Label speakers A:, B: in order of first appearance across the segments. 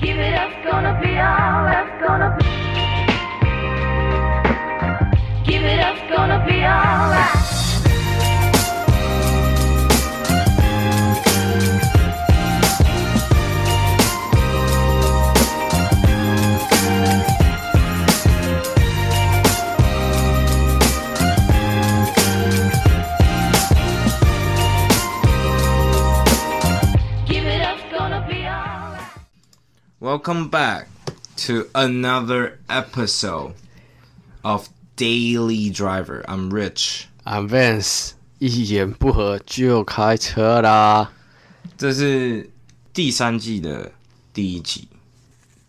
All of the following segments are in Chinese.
A: that's gonna be all that's gonna be. Give it up's gonna be alright. Give it up's gonna be alright.
B: Welcome back to another episode of Daily Driver. I'm Rich.
C: I'm Vance，一言不合就开车啦。
B: 这是第三季的第一集。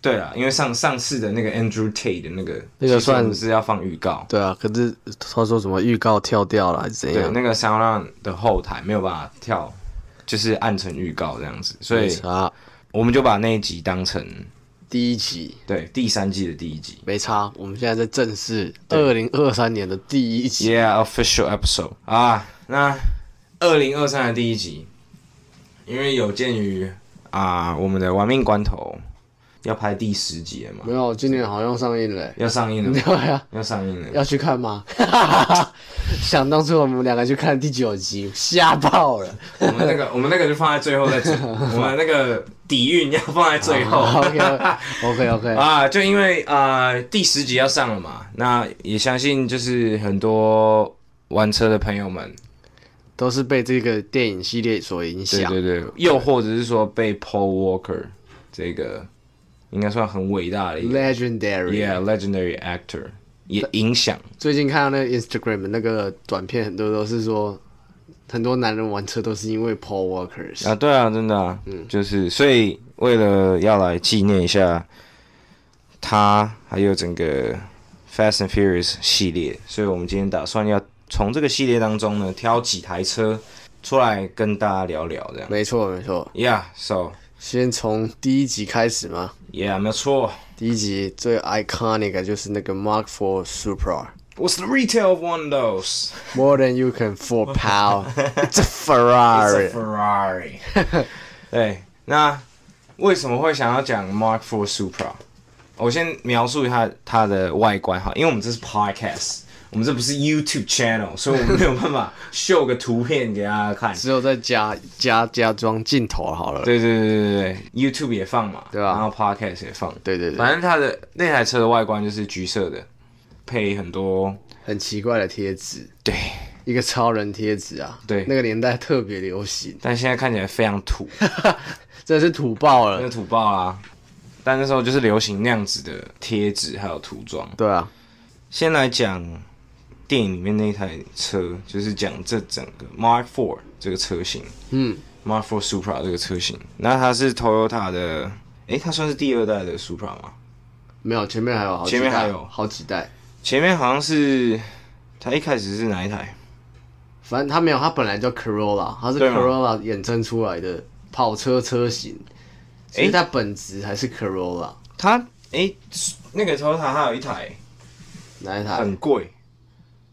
B: 对啦，因为上上次的那个 Andrew Tate 的那个，
C: 啊那个算
B: 其实我们是要放预告。
C: 对啊，可是他说什么预告跳掉了还是怎
B: 对，啊
C: 样？
B: 那个 Sound On 的后台没有办法跳，就是按成预告这样子，所以
C: 差
B: 我们就把那一集当成
C: 第一集
B: 对第三季的第一集。
C: 没差，我们现在在正式二零二三年的第一集。
B: Yeah, official episode 啊，那二零二三的第一集，因为有鉴于啊我们的玩命关头要拍第十集了嘛
C: 没，有，今年好像上映了欸、
B: 要上映了
C: 对
B: 嘛，
C: 啊，
B: 要上映了
C: 要。去看吗？ 想当初我们两个去看第九集，吓爆了。
B: 我们那个我们那个就放在最后再 讲，我们那个底蕴要放在最后。
C: OK OK OK，
B: 啊，就因为啊、呃第十集要上了嘛，那也相信就是很多玩车的朋友们，
C: 都是被这个电影系列所影
B: 对
C: 响。
B: 对对，又或者是说被 Paul Walker 这个应该算很伟大的一个
C: Legendary。
B: Yeah, legendary actor 也影响。
C: 最近看到那个 Instagram 那个短片，很多都是说，很多男人玩车都是因为 Paul Walkers，、
B: 啊，对啊，真的啊，就是所以为了要来纪念一下他，还有整个 Fast and Furious 系列，所以我们今天打算要从这个系列当中呢，挑几台车出来跟大家聊聊，这样。
C: 没错没错。
B: Yeah, so
C: 先从第一集开始嘛，
B: yeah，没有错。
C: 第一集最 iconic 的就是那个 Mark IV Supra。
B: What's the retail of one of those?
C: More than you can for pal, it's a
B: It's
C: Ferrari.
B: a Ferrari 对，那为什么会想要讲 Mark IV Supra？我先描述一下它的外观哈，因为我们这是 podcast，我们这不是 YouTube channel，所以我们没有办法秀个图片给大家看。
C: 只有再加加加装镜头好了。
B: 对对对对对对，YouTube 也放嘛，
C: 对啊
B: 然后 podcast 也放，
C: 对对对，
B: 反正它的那台车的外观就是橘色的，配很多
C: 很奇怪的贴纸，
B: 对，
C: 一个超人贴纸啊，
B: 对
C: 那个年代特别流行，
B: 但现在看起来非常土，
C: 真的是土爆
B: 那
C: 了。
B: 土爆啊。但那时候就是流行那样子的贴纸还有涂装。
C: 对啊，
B: 先来讲电影里面那一台车，就是讲这整个 Mark Four 这个车型
C: 嗯，
B: ，Mark Four Supra 这个车型。那它是 Toyota 的，诶，它算是第二代的 Supra 吗？
C: 没有，前面还有好几代，
B: 前面还有
C: 好几代，
B: 前面好像是它一开始是哪一台？
C: 反正他没有，他本来叫 Corolla，他是
B: 对吗
C: Corolla 衍生出来的跑车车型，所以
B: 诶
C: 它本质还是 Corolla
B: 它诶，那个 Toyota 它有一台
C: 哪一台？
B: 很贵，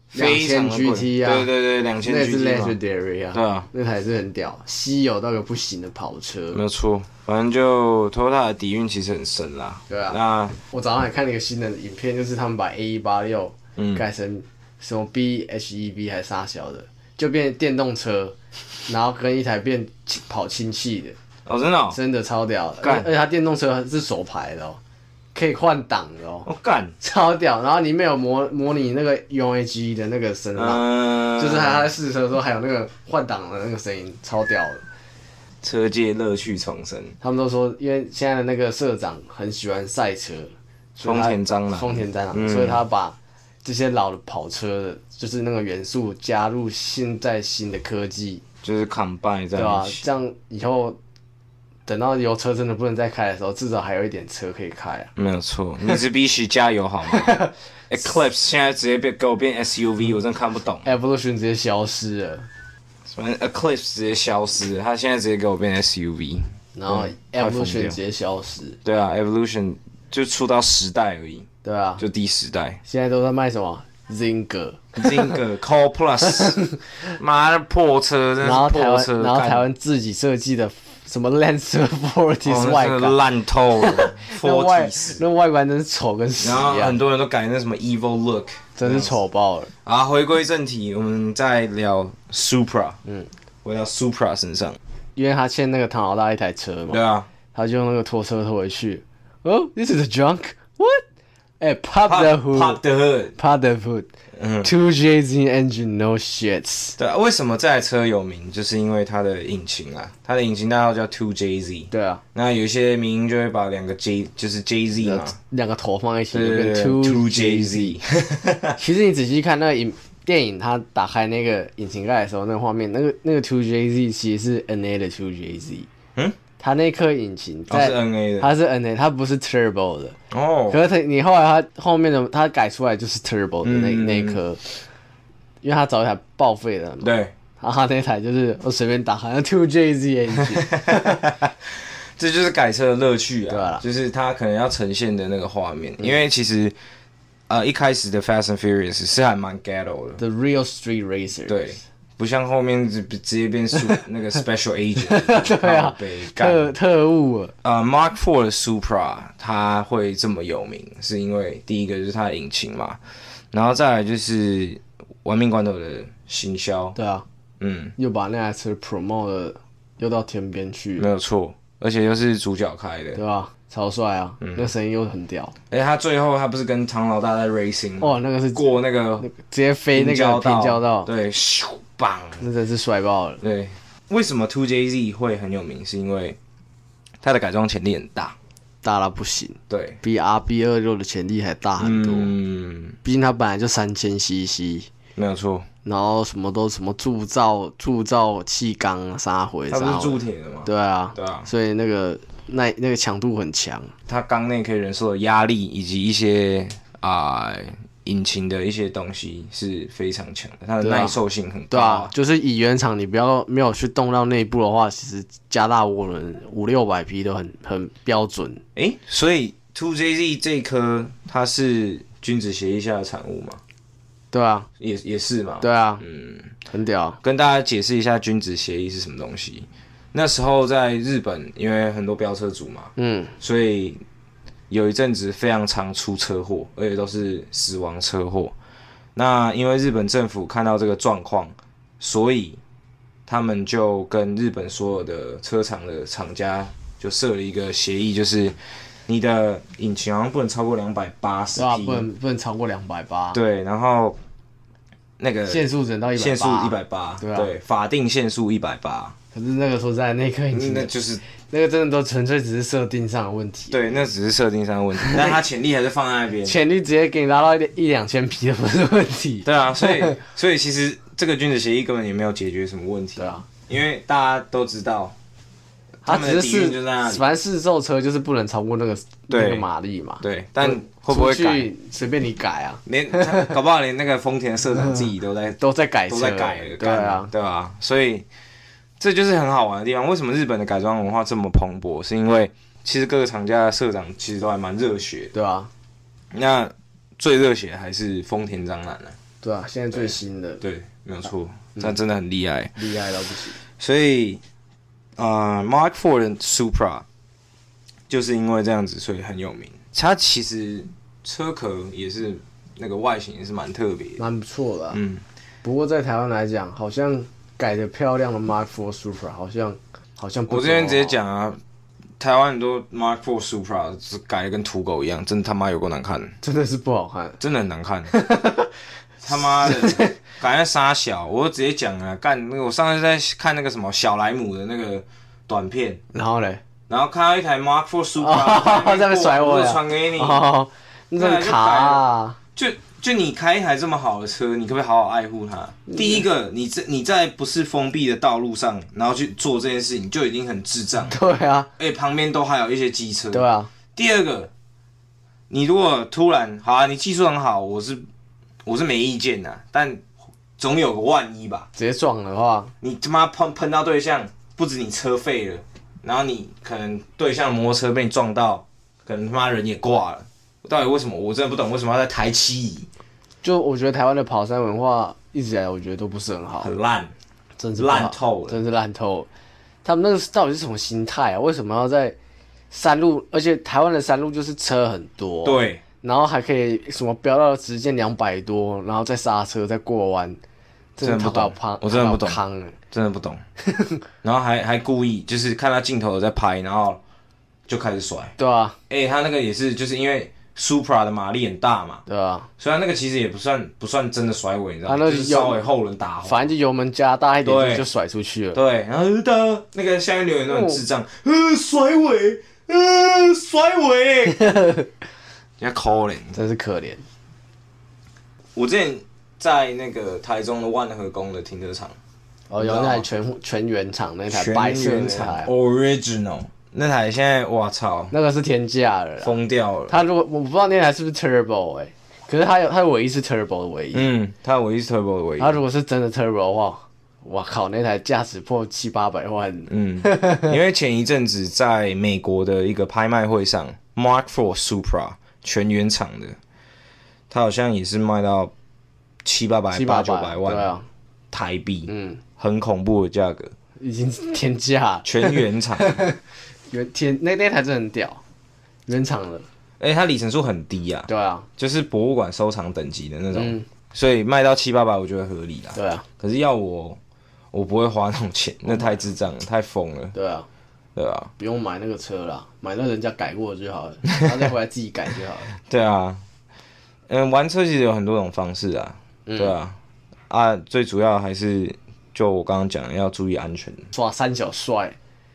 B: 非常的贵
C: 2000 GT 啊
B: 对对对，两千
C: 那也是
B: GT 嘛
C: Legendary 啊，
B: 对啊，嗯
C: 那台是很屌，稀有到个不行的跑车
B: 没。有错，反正就 Toyota 的底蕴其实很深啦。
C: 对啊
B: 那
C: 我早上还看了一个新的影片，就是他们把 A 1 8 6
B: 嗯
C: 改成什么 BHEV 还是啥小的，就变电动车，然后跟一台变亲跑氢气的，
B: 哦，真的、哦，
C: 真的超屌的，
B: 干
C: 而且它电动车是手排的哦，可以换挡的哦。
B: 我、干，
C: 超屌，然后里面有模模拟那个 U A G 的那个声浪，
B: 嗯、
C: 啊就是他在试车的时候还有那个换挡的那个声音，超屌的。
B: 车界乐趣重生。
C: 他们都说，因为现在的那个社长很喜欢赛车，所以
B: 丰
C: 他
B: 田蟑螂
C: 丰田蟑螂，
B: 嗯
C: 所以他把这些老的跑车的，就是那个元素加入现在新的科技，
B: 就是 combine 在
C: 对啊吧、
B: 一起。
C: 这样以后等到油车真的不能再开的时候，至少还有一点车可以开啊。
B: 没有错，你是必须加油好 吗？Eclipse 现在直接变给我变 SUV，我真看不懂。
C: Evolution 直接消失了，
B: 反正 Eclipse 直接消失了，它现在直接给我变 SUV。
C: 然后
B: 嗯快疯
C: Evolution
B: 掉
C: 直接消失，
B: 对啊，Evolution 就出到十代而已，
C: 对啊，
B: 就第十代。
C: 现在都在卖什么 Zinger，
B: Zinger Call Plus，妈的破车，真
C: 然
B: 的
C: 后
B: 是
C: 台
B: 破
C: 湾，
B: 车。
C: 然后
B: 干
C: 台湾自己设计的什么 Lancer Forty
B: 哦
C: 是
B: 那
C: 外
B: 真的
C: 观，
B: 烂透了
C: 那外
B: ，forties。
C: 那外观真是丑跟屎一
B: 然后很
C: 样，
B: 多人都改那什么 evil look，
C: 真是丑爆了。
B: 啊，回归正题，我们再聊 Supra。
C: 嗯
B: 嗯，回到 Supra 身上。
C: 因为他欠那个唐老大一台车嘛
B: 对，啊
C: 他就用那个拖车拖回去。Oh, this is a junk. What? 哎、pop
B: ，Pop
C: the
B: Pop
C: hood,
B: the Hood。
C: pop the hood.
B: 嗯，
C: Two J's in engine, no shits.
B: 对啊，为什么这台车有名？就是因为它的引擎啊，它的引擎代号叫 Two JZ。
C: 对啊，
B: 那有一些民音就会把两个 J 就是 JZ 嘛，
C: 两个头放在一起
B: 对
C: 就
B: 啊对
C: 变
B: 对
C: Two
B: ，Two
C: J's。
B: JZ。
C: 其实你仔细看那个影电影，它打开那个引擎盖的时候，那个画面，那个那个 Two JZ 其实是 NA 的 Two JZ。
B: 嗯，
C: 它那颗引擎
B: 哦，
C: 在、
B: 是 NA 的。
C: 它是 NA，它不是 Turbo 的。可
B: 哦，
C: 是它你后来它后面的它改出来就是 Turbo 的那、
B: 嗯
C: 那一颗，因为它早一台报废了嘛。
B: 对，
C: 然后它那台就是我随便打开那 Two JZ 的引擎。
B: 这就是改车的乐趣
C: 对
B: 啊嗯
C: 啊，
B: 就是它可能要呈现的那个画面，因为其实呃一开始的 Fast and Furious 是还蛮 ghetto 的，
C: The real street racer。
B: 对，不像后面直直接 变 super 那个 special agent，
C: 对啊
B: 靠北，
C: 特
B: 干
C: 特务啊了
B: 呃 Mark Four 的 Supra 它会这么有名，是因为第一个就是它的引擎嘛，然后再来就是玩命关头的行销，
C: 对啊，
B: 嗯，
C: 又把那台车 promote 了又到天边去
B: 没
C: 了，
B: 有错，而且又是主角开的
C: 对，吧？超帅啊，
B: 嗯
C: 那声音又很屌，
B: 而且他最后他不是跟唐老大在 racing 吗
C: 哇，那个是
B: 过那个
C: 直接飞那个平交道，
B: 对，咻棒，
C: 那真是帅爆了。
B: 对，为什么 Two JZ 会很有名？是因为它的改装潜力很大，
C: 大到不行，
B: 对，
C: 比 RB 二六的潜力还大很多。
B: 嗯，
C: 毕竟它本来就三千 CC，
B: 没有错，
C: 然后什么都什么铸造、铸造气缸啊、杀回、
B: 它不
C: 杀
B: 是铸
C: 回，
B: 铁的吗？，
C: 对啊，
B: 对啊
C: 所以那个耐那个强度很强，
B: 它缸内可以忍受的压力以及一些啊、引擎的一些东西是非常强的，它的
C: 对啊
B: 耐受性很高、
C: 对啊，就是以原厂你不要没有去动到内部的话，其实加大涡轮五六百匹都很很标准，
B: 诶、所以 Two JZ 这一颗它是君子协议下的产物嘛，
C: 对啊，
B: 也也是嘛，
C: 对啊，
B: 嗯。
C: 很屌，
B: 跟大家解释一下君子协议是什么东西。那时候在日本，因为很多飙车族嘛，
C: 嗯，
B: 所以有一阵子非常常出车祸，而且都是死亡车祸。那因为日本政府看到这个状况，所以他们就跟日本所有的车厂的厂家就设了一个协议，就是你的引擎好像不能超过两百八十
C: 对啊，
B: 匹
C: 不，能不能超过两百八，，
B: 对，然后那个
C: 限速只能到一百，
B: 限速一百，八，
C: 对啊
B: 对，法定限速一百八，
C: 可是那个说实在，那颗引
B: 嗯
C: 擎
B: 那就是
C: 那个真的都纯粹只是设定上的问题，，
B: 对，那只是设定上的问 题，但它潜力还是放在那边。
C: 潜力直接给你拉到一点一两千匹都不是问题，
B: 对啊，所以所以其实这个君子协议根本也没有解决什么问题
C: 对，啊，
B: 因为大家都知道，
C: 它
B: 他们
C: 只
B: 的
C: 是
B: 底蕴
C: 试
B: 就在那，里。
C: 反正试售车就是不能超过那个那个
B: 对
C: 马力嘛，，
B: 对，但会不会改？？
C: 随便你改啊，
B: 连他搞不好连那个丰田社长自己 都在
C: 都在改车，
B: 都在改了，
C: 对啊
B: 干，对啊，所以这就是很好玩的地方。为什么日本的改装文化这么蓬勃？是因为其实各个厂家的社长其实都还蛮热血的。
C: 对啊。
B: 那最热血还是丰田章男啊，
C: 对啊，现在最新的
B: 对，没有错，那真的很厉害。
C: 厉害到不行。
B: 所以，呃，Mark Four 的 Supra 就是因为这样子，所以很有名。它其实车壳也是那个外形也是蛮特别的，
C: 蛮不错的啊、
B: 嗯，
C: 不过在台湾来讲，好像改的漂亮的 Mark IV Supra 好像好像不
B: 我这边直接
C: 怎么
B: 讲啊，台湾很多 Mark Four Supra 是改的跟土狗一样，真的他妈有够难看，
C: 好，真的是不好看。
B: 真的很难 看。他妈的，感觉傻小，我就直接讲啊，干那个我上次在看那个什么小莱姆的那个短片，
C: 然后嘞，
B: 然后看到一台 Mark IV Supra，
C: 哦 在那边甩我
B: 我
C: 呀
B: 就传给你，
C: 哦，那
B: 对啊
C: 种卡、啊，
B: 就就你开一台这么好的车，你可不可以好好爱护它？
C: 嗯
B: 第一个，你在你在不是封闭的道路上，然后去做这件事情，就已经很智障，
C: 对啊，
B: 而且旁边都还有一些机车。
C: 对啊，
B: 第二个，你如果突然好啊，你技术很好，我是我是没意见的，但总有个万一吧。
C: 直接撞的话，
B: 你他妈碰碰到对象，不止你车废了，然后你可能对象摩托车被你撞到，可能他妈人也挂了。到底为什么？我真的不懂为什么要在台七乙，
C: 就我觉得台湾的跑山文化一直以来我觉得都不是很好，
B: 很烂。
C: 真是不好
B: 烂透了
C: 真是烂透了。他们那个到底是什么心态啊？为什么要在山路？而且台湾的山路就是车很多，，
B: 对，
C: 然后还可以什么飙到直线两百多，然后再刹车再过弯，真的
B: 真的
C: 讨
B: 不懂
C: 到胖，
B: 我真的不懂
C: 讨到康了。
B: 真的不懂。 然后还还故意就是看他镜头有在拍，然后就开始甩。
C: 对啊，
B: 哎、他那个也是就是因为 Supra 的马力很大嘛，
C: 对啊，
B: 所以他那个其实也不算不算真的甩尾，你知道吗？
C: 他那
B: 就是
C: 是有
B: 稍微后轮打滑。
C: 反正就油门加大一点
B: 对
C: 就就甩出去了。
B: 对，然后就的那个下面留言都很智
C: 哦
B: 障，呃，甩尾，呃，甩尾，人 家抠嘞。
C: 真是可怜。
B: 我之前在那个台中的万和宫的停车场，
C: 哦，有那台全全原厂那台
B: 全
C: 白色的
B: 原
C: 那
B: 厂
C: 台，
B: original 那台现在哇操，
C: 那个是天价了啦。
B: 疯掉了。
C: 他如果我不知道那台是不是 Turbo 哎、可是他有他唯一是 Turbo 的唯一。
B: 嗯，它唯一是 turbo 的唯一
C: 他。如果是真的 Turbo 的话，我靠，那台价值破七八百万。
B: 嗯， 因为前一阵子在美国的一个拍卖会上，Mark Four Supra 全原厂的，它好像也是卖到七八百、
C: 七
B: 八
C: 八
B: 九百
C: 对
B: 万
C: 啊，
B: 台币，
C: 嗯，
B: 很恐怖的价格，
C: 已经是天价，
B: 全原 厂。
C: 原天那那台真的很屌，原厂的，
B: 哎，它里程数很低啊，
C: 对啊，
B: 就是博物馆收藏等级的那种，
C: 嗯，
B: 所以卖到七八百我觉得合理啦。
C: 对啊，
B: 可是要我，我不会花那种钱，那太智障了，太疯了，
C: 对啊，
B: 对啊，
C: 不用买那个车啦，买那人家改过就好了，然后再回来自己改就好 了。
B: 对啊，嗯，玩车其实有很多种方式啊，
C: 嗯
B: 对啊，啊，最主要还是就我刚刚讲的要注意安全。
C: 刷三小帅，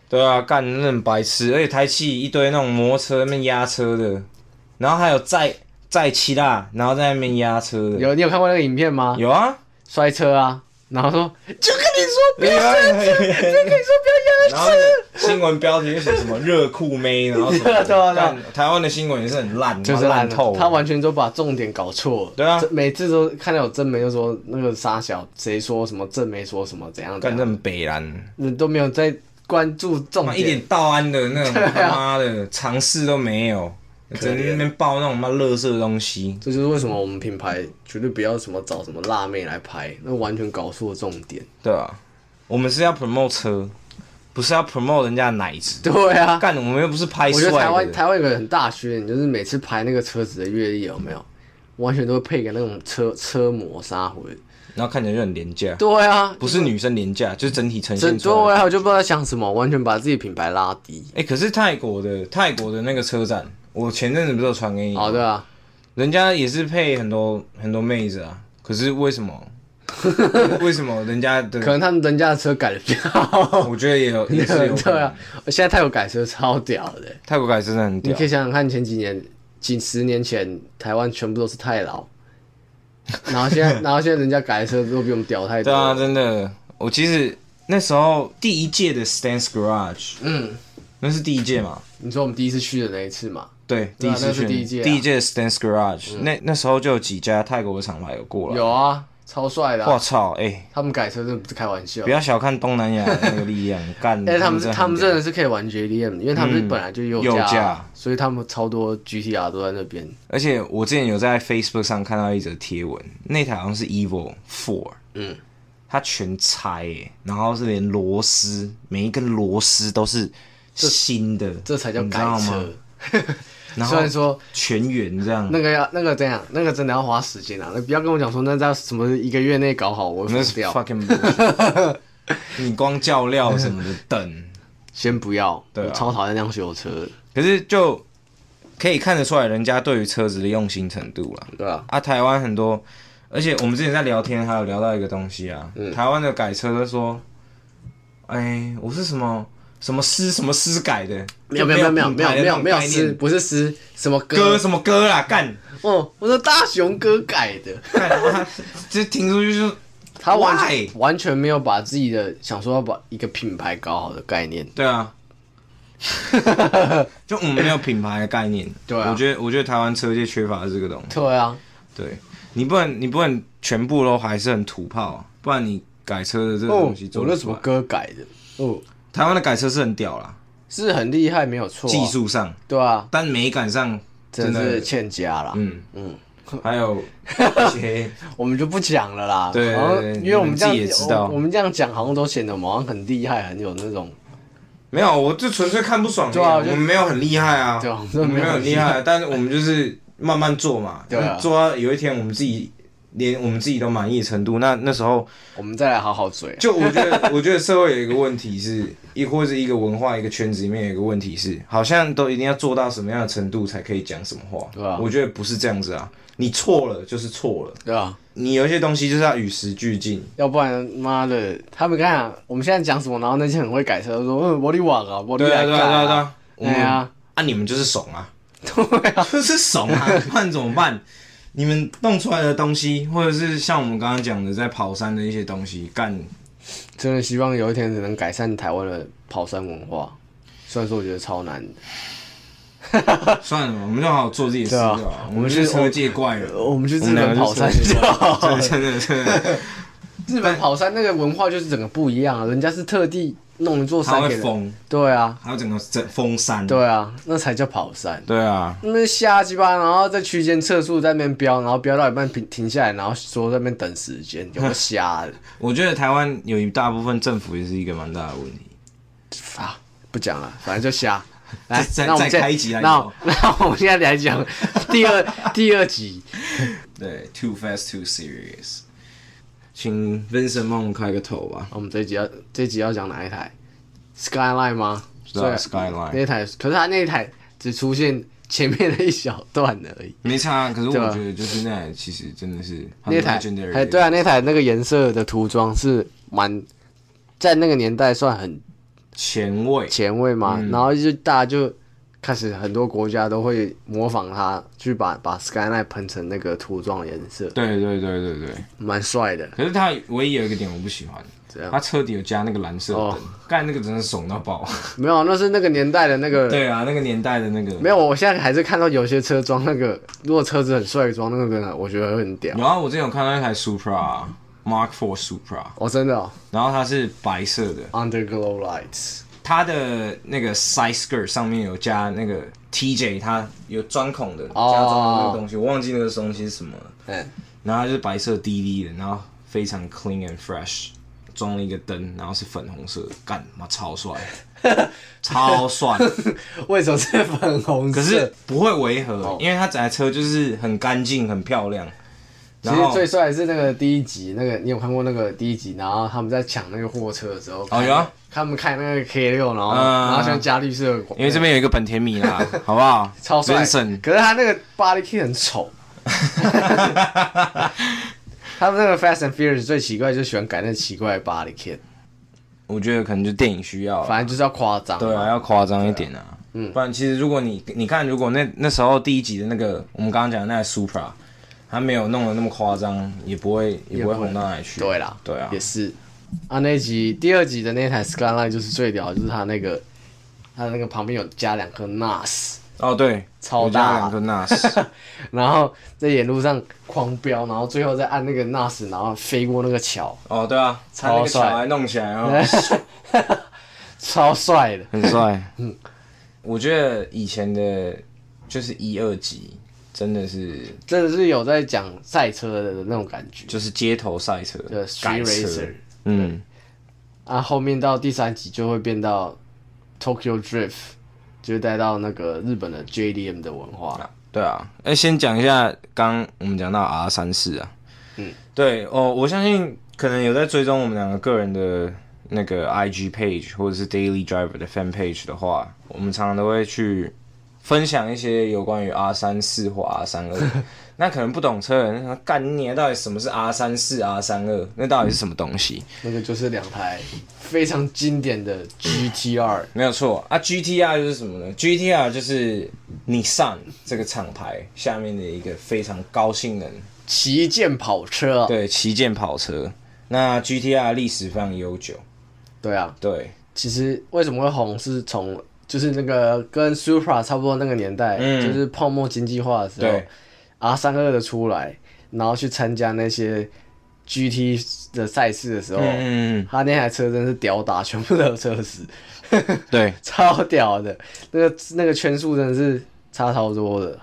B: 对啊，干那种白痴，而且台气一堆那种摩托车那边压车的，然后还有载载七啦，然后在那边压车的，
C: 有啊你有看过那个影片吗？
B: 有啊，
C: 摔车啊，然后说就跟你说不
B: 有
C: 要
B: 啊
C: 摔
B: 有啊
C: 车，
B: 有啊
C: 就跟你说不
B: 然
C: 要
B: 后
C: 压车。
B: 那个新闻标题就写什么热裤妹，然后什么的
C: 对啊对啊
B: 干台湾的新闻也是很烂，
C: 就是
B: 妈烂
C: 烂
B: 透了，
C: 他完全都把重点搞错了。
B: 对啊
C: 这每次都看到有正媒就说那个沙小谁说什么正媒说什么怎样怎
B: 干
C: 样
B: 那么北蓝，
C: 你都没有在关注重
B: 妈
C: 点，
B: 一点道安的那种
C: 对啊
B: 他妈的尝试都没有，
C: 可
B: 整天在那边爆那种妈乐色东西，
C: 这就是为什么我们品牌绝对不要什么找什么辣妹来拍，那完全搞错重点。
B: 对啊，我们是要 promote 车，不是要 promote 人家的奶子。
C: 对啊，
B: 干，我们又不是拍
C: 我觉
B: 帅
C: 得台湾
B: 的。
C: 台湾有个很大缺点，就是每次拍那个车子的阅历有没有，完全都会配个那种车车模杀回。
B: 然后看起来就很廉价，
C: 对啊，
B: 不是女生廉价，就是整体呈
C: 整
B: 现出
C: 对
B: 来。
C: 啊，我就不知道在想什么，完全把自己品牌拉低。
B: 哎、可是泰国的泰国的那个车站，我前阵子不是有传给你？
C: 好的、对，啊，
B: 人家也是配很多很多妹子啊，可是为什 么？为什么人家的？
C: 可能他们人家的车改的比较好。
B: 我觉得也有，也是有可
C: 对
B: 能啊
C: 啊，，现在泰国改车超屌的，
B: 泰国改真的很
C: 你
B: 屌
C: 可。以想想看，前几年、几十年前，台湾全部都是泰 劳，然后现在，然后现在人家改车都比我们屌太
B: 对
C: 多
B: 啊，
C: 了。
B: 真的，我其实那时候第一届的 Stance Garage，
C: 嗯，
B: 那是第一届嘛？
C: 你说我们第一次去的那一次嘛，
B: 对，第
C: 对啊
B: 一次
C: 那是
B: 去
C: 第一届啊嗯
B: 第一届的 Stance Garage，、那那时候就有几家泰国的厂牌有过来。
C: 有啊，超帅的啊、
B: 我操，哎、
C: 他们改车真的不是开玩笑
B: 不。要小看东南亚的那个力 量，干！
C: 哎、他们是他们真
B: 这
C: 的是可以玩 JDM，的因为他们是
B: 嗯
C: 本来就有
B: 右
C: 啊
B: 驾
C: 所以他们超多 GTR 都在那边。
B: 而且我之前有在 Facebook 上看到一则贴文，那台好像是 Evil Four，
C: 嗯，
B: 它全拆、欸，然后是连螺丝，每一根螺丝都是新的，
C: 这才叫
B: 你知
C: 改
B: 道吗
C: 车。
B: 然
C: 虽
B: 后
C: 然说
B: 全员这样，
C: 那个要那个怎样，那个真的要花时间啊！那不要跟我讲说那在什么一个月内搞好，我会
B: 那
C: 疯
B: 是
C: 掉。
B: fucking，bullshit 你光叫料什么的等，
C: 先不要，
B: 对啊
C: 我超讨厌那样修车的，
B: 可是就可以看得出来人家对于车子的用心程度了。
C: 对啊，
B: 啊，台湾很多，而且我们之前在聊天，还有聊到一个东西啊，
C: 嗯
B: 台湾的改车都说，哎，我是什么什么师什么师改的，
C: 没有没有没有
B: 就
C: 没
B: 品
C: 有
B: 牌的
C: 没
B: 那
C: 有
B: 种
C: 没有
B: 概念
C: 师，不是师，什么
B: 哥
C: 哥？
B: 什么哥啦，干
C: 哦，我说大雄哥改的，
B: 干，他就停出去就
C: 他完全
B: Why？
C: 完全没有把自己的想说要把一个品牌搞好的概念，
B: 对 啊，就我们没有品牌的概念，
C: 对啊
B: 我觉得我觉得台湾车界缺乏的这个东西，
C: 对啊，
B: 对你不能你不能全部都还是很土炮啊、不然你改车的这个
C: 哦
B: 东西，做
C: 我
B: 不
C: 那
B: 出
C: 什
B: 来
C: 么哥改的，哦，
B: 台湾的改车是很屌啦，
C: 是很厉害，没有错啊，
B: 技术上。
C: 对啊，
B: 但美感上
C: 真
B: 真
C: 的
B: 的
C: 是欠佳啦，
B: 嗯
C: 嗯
B: 嗯，还有一 些
C: 我们就不讲了啦，
B: 对
C: 好像
B: 对对
C: 因为我们这样
B: 你们自己也知道
C: 我我们这样讲好像都显得我们好像很厉害，很有那种
B: 没有，我就纯粹看不爽而已。
C: 对啊我
B: 我
C: 就
B: 们没有很厉害啊，
C: 对啊我们
B: 我们没
C: 没有
B: 有
C: 很
B: 很厉害，但是我们就是慢慢做嘛，
C: 对啊
B: 做到有一天我们自己连我们自己都满意的程度，那那时候
C: 我们再来好啊好追。
B: 就我觉得，我觉得社会有一个问题是，一或者一个文化一个圈子里面有一个问题是，好像都一定要做到什么样的程度才可以讲什么话，
C: 对啊
B: 我觉得不是这样子啊，你错了就是错了，
C: 对啊，
B: 你有一些东西就是要与时俱进，
C: 要不然妈的，他们看我们现在讲什么，然后那些很会改车说，嗯，玻璃网啊，玻璃
B: 对啊对啊对啊对啊，
C: 对啊，
B: 啊你们就是怂啊，对啊， 就是怂啊，不然怎么办？你们弄出来的东西，或者是像我们刚刚讲的在跑山的一些东西，干
C: 真的希望有一天能改善台湾的跑山文化。虽然说我觉得超难的，
B: 算了吧，我们就好好做自己的事
C: 对
B: 就
C: 啊
B: 好。我们是车界怪人，
C: 我们去日
B: 们两
C: 本
B: 个
C: 跑山
B: 是车
C: 就
B: 界
C: 好
B: 怪
C: 了
B: 人真的真的真的，
C: 日本跑山那个文化就是整个不一样啊，人家是特地弄一座
B: 他
C: 山
B: 会
C: 给人，
B: 封，
C: 对啊，
B: 还有整个整封山。
C: 对啊，那才叫跑山。
B: 对啊，
C: 那瞎鸡巴，然后在区间测速在那边飙，然后飙到一半停停下来，然后说在那边等时间，有个瞎 的
B: 我觉得台湾有一大部分政府也是一个蛮大的问题。
C: 啊！不讲了，反正就瞎。来，
B: 再
C: 那我们
B: 再
C: 现
B: 开
C: 在
B: 一集来
C: 那 那我们现在来讲第二第二集。
B: 对，too fast, too serious。请 Vincent 帮我们开个头吧。
C: 我们这一集要这一集要讲哪一台？Skyline 吗？
B: 知道
C: 所以
B: Skyline
C: 那一台，可是它那一台只出现前面的一小段而已。
B: 没差，可是我
C: 对啊
B: 觉得就是那台其实真的是很
C: 那台
B: legendary
C: 哎，对啊，那台那个颜色的涂装是蛮在那个年代算很
B: 前卫。
C: 前卫嘛，
B: 嗯
C: 然后就大家就开始很多国家都会模仿它，去把把 Skyline 喷成那个涂装的颜色，
B: 对对对对对，
C: 蛮帅的。
B: 可是它唯一有一个点我不喜欢
C: 怎，样
B: 它车底有加那个蓝色
C: 哦
B: 灯，干、那个真的怂到爆。
C: 没有，那是那个年代的那个。
B: 对啊，那个年代的那个
C: 没有，我现在还是看到有些车装那个，如果车子很帅装那个真的，我觉得很屌。
B: 有啊，我之前有看到一台 Supra Mark Four Supra，
C: 哦，真的、哦、
B: 然后它是白色的，
C: ，Underglow Lights，
B: 它的那个 side skirt 上面有加那个 TJ，它有钻孔的，加
C: 哦
B: 装的那个东西，我忘记那个东西是什么了。
C: 嗯，
B: 然后它就是白色滴滴的，然后非常 clean and fresh，装了一个灯，然后是粉红色的，干妈超 帅，超帅。
C: 为什么是粉红色？
B: 可是不会违
C: 哦
B: 和，因为它整台车就是很干净、很漂亮。
C: 其
B: 然
C: 实
B: 后
C: 最帅的是那个第一集，那个你有看过那个第一集，然后他们在抢那个货车的时候，
B: 哦有啊
C: 他们开那个 K 六，然后、
B: 嗯
C: 然后像加绿色的广，
B: 因为这边有一个本田米啦，好不好？
C: 超帅，
B: Vincent
C: 可是他那个 body kit 很丑。他们那个 Fast and Furious 最奇怪，就喜欢改那奇怪的 body kit，
B: 我觉得可能就电影需要啦，
C: 反正就是要夸张。
B: 对啊，，要夸张一点啊。嗯，不然其实如果你你看，如果那那时候第一集的那个我们刚刚讲的那台 Supra，它没有弄得那么夸张，也不会也不会红到哪里去。
C: 对啦，
B: 对啊
C: 也，是。啊，那一集第二集的那台 Skyline 就是最屌，就是它那个它那个旁边有加两颗 NAS，
B: 哦对，
C: 超
B: 我家
C: 大
B: 两个 NAS，
C: 然后在沿路上狂飙，然后最后再按那个 NAS，然后飞过那个桥，
B: 哦对啊，他那
C: 超
B: 个
C: 帅
B: 小孩弄起来哦，
C: 超帅的。
B: 很帅。嗯，我觉得以前的就是一二集真的是
C: 真的是有在讲赛车的那种感觉，
B: 就是街头赛车
C: 对，，street
B: 改车
C: racer。
B: 嗯，
C: 啊，后面到第三集就会变到 Tokyo Drift，就带到那个日本的 JDM 的文化。
B: 对啊，哎、先讲一下刚我们讲到 R 三四啊，
C: 嗯，
B: 对哦，我相信可能有在追踪我们两个个人的那个 IG page 或者是 Daily Driver 的 Fan page 的话，我们常常都会去分享一些有关于 R 三四或 R 三二。那可能不懂车的人，他说干你啊到底什么是 R 三四、R 三二？那到底是什么东西？
C: 那个就是两台非常经典的 GTR，
B: 没有错啊，GTR 就是什么呢？GTR 就是尼桑这个厂牌下面的一个非常高性能
C: 旗舰跑车。
B: 对，旗舰跑车。那 GTR 历史非常悠久，
C: 对啊，
B: 对，
C: 其实为什么会红是从就是那个跟 Supra 差不多那个年代，
B: 嗯
C: 就是泡沫经济化的时候
B: 对
C: ，R 三二的出来，然后去参加那些 GT 的赛事的时候，
B: 嗯，
C: 他那台车真是屌打全部都有车死，
B: 对。
C: 超屌的，那个那个圈数真的是差超多的。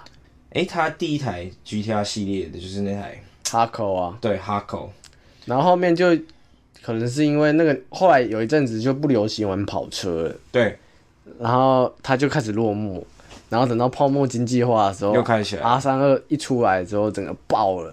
B: 诶，它第一台 GTR 系列的就是那台，
C: 哈口啊，
B: 对，哈口，
C: 然后后面就可能是因为那个后来有一阵子就不流行玩跑车了，
B: 对，
C: 然后它就开始落幕，然后等到泡沫经济化的时候，
B: 又开起来
C: R 三二一出来之后，整个爆了，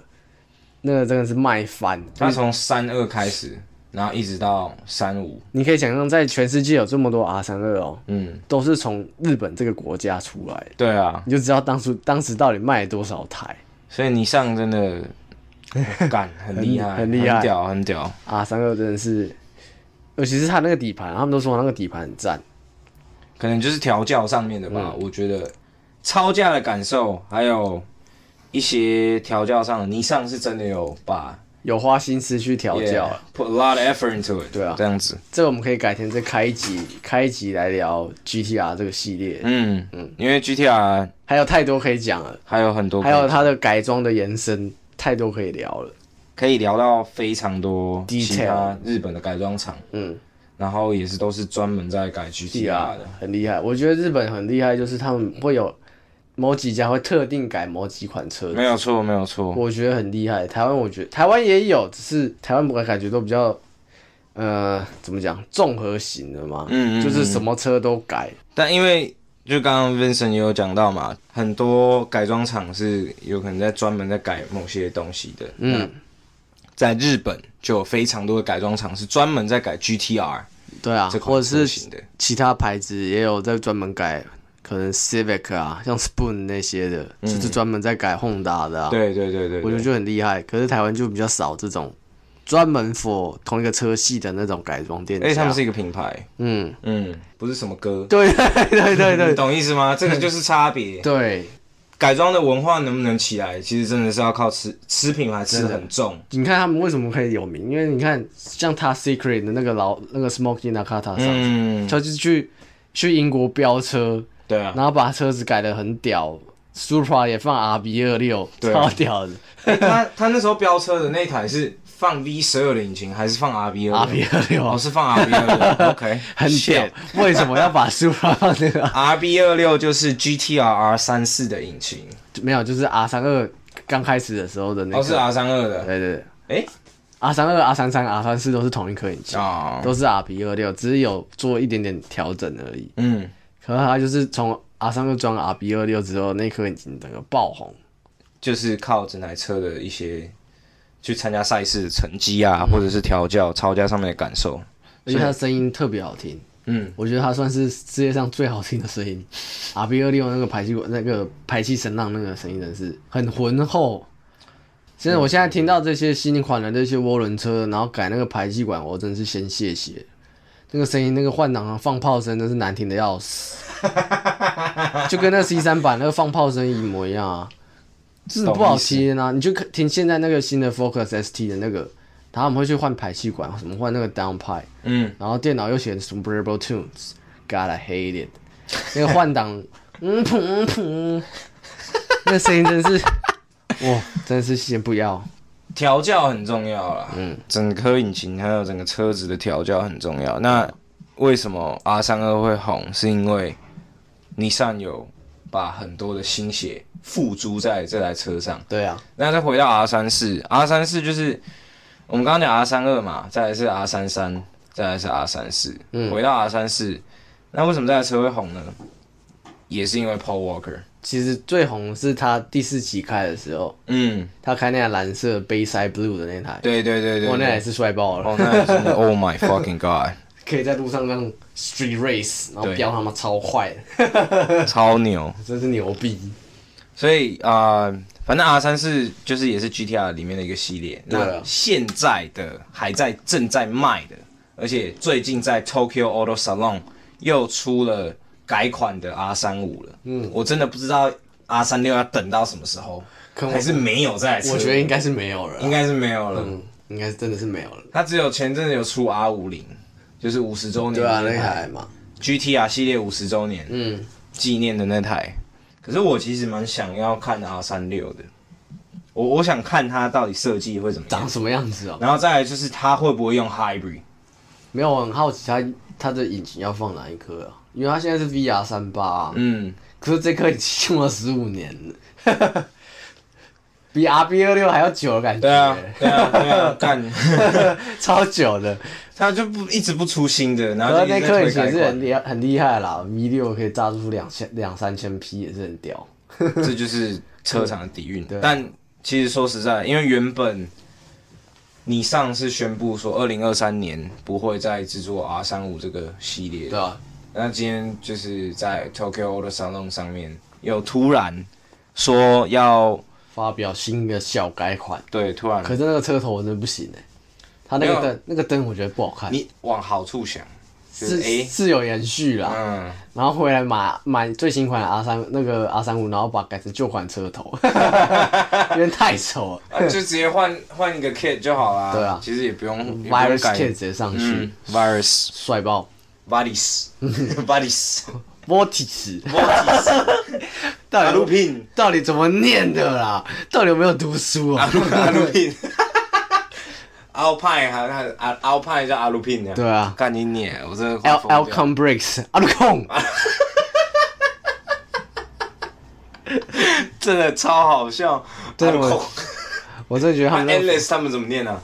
C: 那个真的是卖翻。
B: 它从三二开始，然后一直到三五，
C: 你可以想象，在全世界有这么多 R 三二哦，
B: 嗯，
C: 都是从日本这个国家出来的，
B: 对啊，
C: 你就知道当初当时到底卖了多少台
B: 所以你上真 的干很厉害，
C: 很厉害
B: 很屌，很屌。
C: R 啊三二，真的是，尤其是它那个底盘，他们都说它那个底盘很赞。
B: 可能就是调教上面的吧。
C: 嗯
B: 我觉得超价的感受，还有一些调教上的，尼桑是真的有把
C: 有花心思去调教啊
B: yeah, put a lot of effort into it，
C: 对啊
B: 这样子，
C: 这个我们可以改天再开一集，开一集来聊 GTR 这个系列，
B: 嗯因为 GTR
C: 还有太多可以讲了，
B: 还有很多，
C: 还有它的改装的延伸，太多可以聊了。
B: 可以聊到非常多
C: Detail
B: 其他日本的改装厂，
C: 嗯
B: 然后也是都是专门在改 GTR 的，
C: 很厉害，我觉得日本很厉害，就是他们会有某几家会特定改某几款车
B: 没，有错，没有错，
C: 我觉得很厉害。台湾我觉得台湾也有，只是台湾我感觉都比较，呃，怎么讲，综合型的嘛，
B: 嗯嗯
C: 就是什么车都改，
B: 但因为。就刚刚 Vincent 也有讲到嘛，很多改装厂是有可能在专门在改某些东西的。那
C: 嗯，
B: 在日本就有非常多的改装厂是专门在改 GTR
C: 对啊，
B: 这
C: 或
B: 款
C: 者
B: 车
C: 是
B: 型的。
C: 其他牌子也有在专门改，可能 Civic 啊，像 Spoon 那些的，就是专门在改 Honda 的、
B: 嗯
C: 啊。，
B: 对对对对，
C: 我觉得
B: 对
C: 就很厉害。可是台湾就比较少这种专门 for 同一个车系的那种改装店家。
B: 而哎且他们是一个品牌，
C: 嗯，
B: 嗯，不是什么歌，
C: 对对 对
B: 你
C: 对
B: 懂意思吗？这个就是差别。
C: 对，
B: 改装的文化能不能起来，其实真的是要靠吃吃品牌吃
C: 真的
B: 很重。
C: 你看他们为什么可以有名？因为你看像他 Secret 的那个老那个 Smoky Nakata 上，
B: 嗯，
C: 他就是去去英国飙车，
B: 对啊。
C: 然后把车子改得很屌。Supra 也放 RB 二六，
B: 对啊
C: 超屌的
B: 诶他他那时候飙车的那一台是放 V 十二的引擎，还是放 RB 二
C: ，RB 二六啊
B: 哦，是放 RB 二的。OK，
C: 很屌
B: Shit，
C: 为什么要把 Supra 放那个？
B: RB 二六就是 GTR R 三四的引擎，
C: 没有，就是 R 三二刚开始的时候的那个。
B: 哦是 R 三二的。
C: 对对对
B: 诶
C: ，R 三二、R 三三、R 三四都是同一颗引擎，
B: 哦，
C: 都是 RB 二六，只是有做一点点调整而已。
B: 嗯，
C: 可能它就是从 R 三二装 RB 二六之后，那颗引擎整个爆红。
B: 就是靠整台车的一些去参加赛事的成绩啊，
C: 嗯
B: 或者是调教、操驾上面的感受。
C: 而且它的声音特别好听，
B: 嗯，
C: 我觉得它算是世界上最好听的声音。RB 二六那个排气管那个排气声浪那个声音真是很浑厚。真的，我现在听到这些新款的这些涡轮车，然后改那个排气管，我真是先谢谢。那个声音，那个换挡啊放炮声，真是难听的要死，就跟那 C 三版那个放炮声一模一样啊，就是不好听啊！你就看听现在那个新的 Focus ST 的那个，他们会去换排气管，什么换那个 downpipe，
B: 嗯，
C: 然后电脑又选 Superbo Tunes，Gotta hate it，那个 换挡，嗯噗嗯噗，那声音真是，哇，真是先不要，
B: 调教很重要啦。嗯，整颗引擎还有整个车子的调教很重要。那为什么 R 三二会红？是因为尼桑有把很多的心血付诸在这台车上。
C: 对啊，
B: 那再回到 R 三四，R 三四就是我们刚刚讲 R 三二嘛，再来是 R 三三，再来是 R 三四，嗯回到 R 三四，那为什么这台车会红呢？也是因为 Paul Walker，
C: 其实最红是他第四期开的时候，
B: 嗯，
C: 他开那台蓝色 Bayside Blue 的那台，
B: 对对对对，
C: 哇，那
B: 对
C: 台是帅爆了，
B: 哦，那也真的，Oh my fucking God，
C: 可以在路上让 Street Race，然后
B: 对
C: 飙他妈超快，
B: 超牛，
C: 真是牛逼，
B: 所以啊、呃反正 R 三四就是也是 GTR 里面的一个系列。
C: 对啊
B: 那现在的还在正在卖的，而且最近在 Tokyo Auto Salon 又出了改款的 R 三五了。嗯，我真的不知道 R 三六要等到什么时候，
C: 可我
B: 还是没有在。
C: 我觉得应该是没有了啦，
B: 应该是没有了。
C: 嗯，应该是真的是没有了，
B: 它只有前阵子有出 R 五零，就是五十周年
C: 对啊，
B: 那
C: 那
B: 台
C: 台嘛，
B: GTR 系列五十周年
C: 嗯，
B: 纪念的那台。可是我其实蛮想要看 R 三六的，我我想看它到底设计会怎么
C: 长
B: 样，
C: 什么样子哦？
B: 然后再来就是它会不会用 Hybrid。
C: 没有，我很好奇它它的引擎要放哪一颗啊？因为它现在是 VR 三八、啊，
B: 嗯，
C: 可是这颗已经用了十五年了， 比
B: 啊
C: RB 二六还要久的 感觉，
B: 对啊，对啊，对啊，干，
C: 超久的。
B: 他就不一直不出新的，然
C: 可
B: 后就
C: 是
B: 一
C: 啊那
B: 直
C: 克
B: 在推
C: 里奇也
B: 改
C: 是很
B: 款，
C: 厉害很厉害啦，V 六可以炸出两千两三千匹也是很屌。
B: 这就是车厂的底蕴
C: 对。
B: 但其实说实在，因为原本你上次宣布说二零二三年不会再制作 R 三五这个系列，
C: 对啊，
B: 那今天就是在 Tokyo Auto Salon 上面又突然说要
C: 发表新的小改款，
B: 对，突然
C: 可是那个车头我真的不行哎、它那
B: 没
C: 个
B: 有
C: 灯那个灯我觉得不好看，
B: 你往好处想，就是
C: 是、
B: 诶
C: 是有延续啦。
B: 嗯，
C: 然后回来买买最新款的 R 三那个 R 三五，然后把改成旧款车头， 因为太丑 了。
B: 啊就直接换换一个 kit 就好啦。
C: 对啊
B: 其实也不用也不用
C: Virus
B: 改
C: Kid 直接上去
B: 嗯，，virus
C: 帅爆
B: bodies bodies
C: ，Vortex，
B: bodies
C: 到
B: 阿
C: 底
B: 鲁 品
C: 到底怎么念的啦？到底有没有读书啊？
B: 阿鲁 品。Alpine 还还阿 Alpine 叫阿鲁品呢？
C: 对啊
B: 干你脸！我真的快
C: L
B: 疯
C: L
B: 掉
C: com breaks，阿鲁控，
B: 真的超好笑。
C: 真的
B: 阿鲁
C: 我我真的觉得他
B: 那
C: 们那
B: Endless 啊他们怎么念啊呢？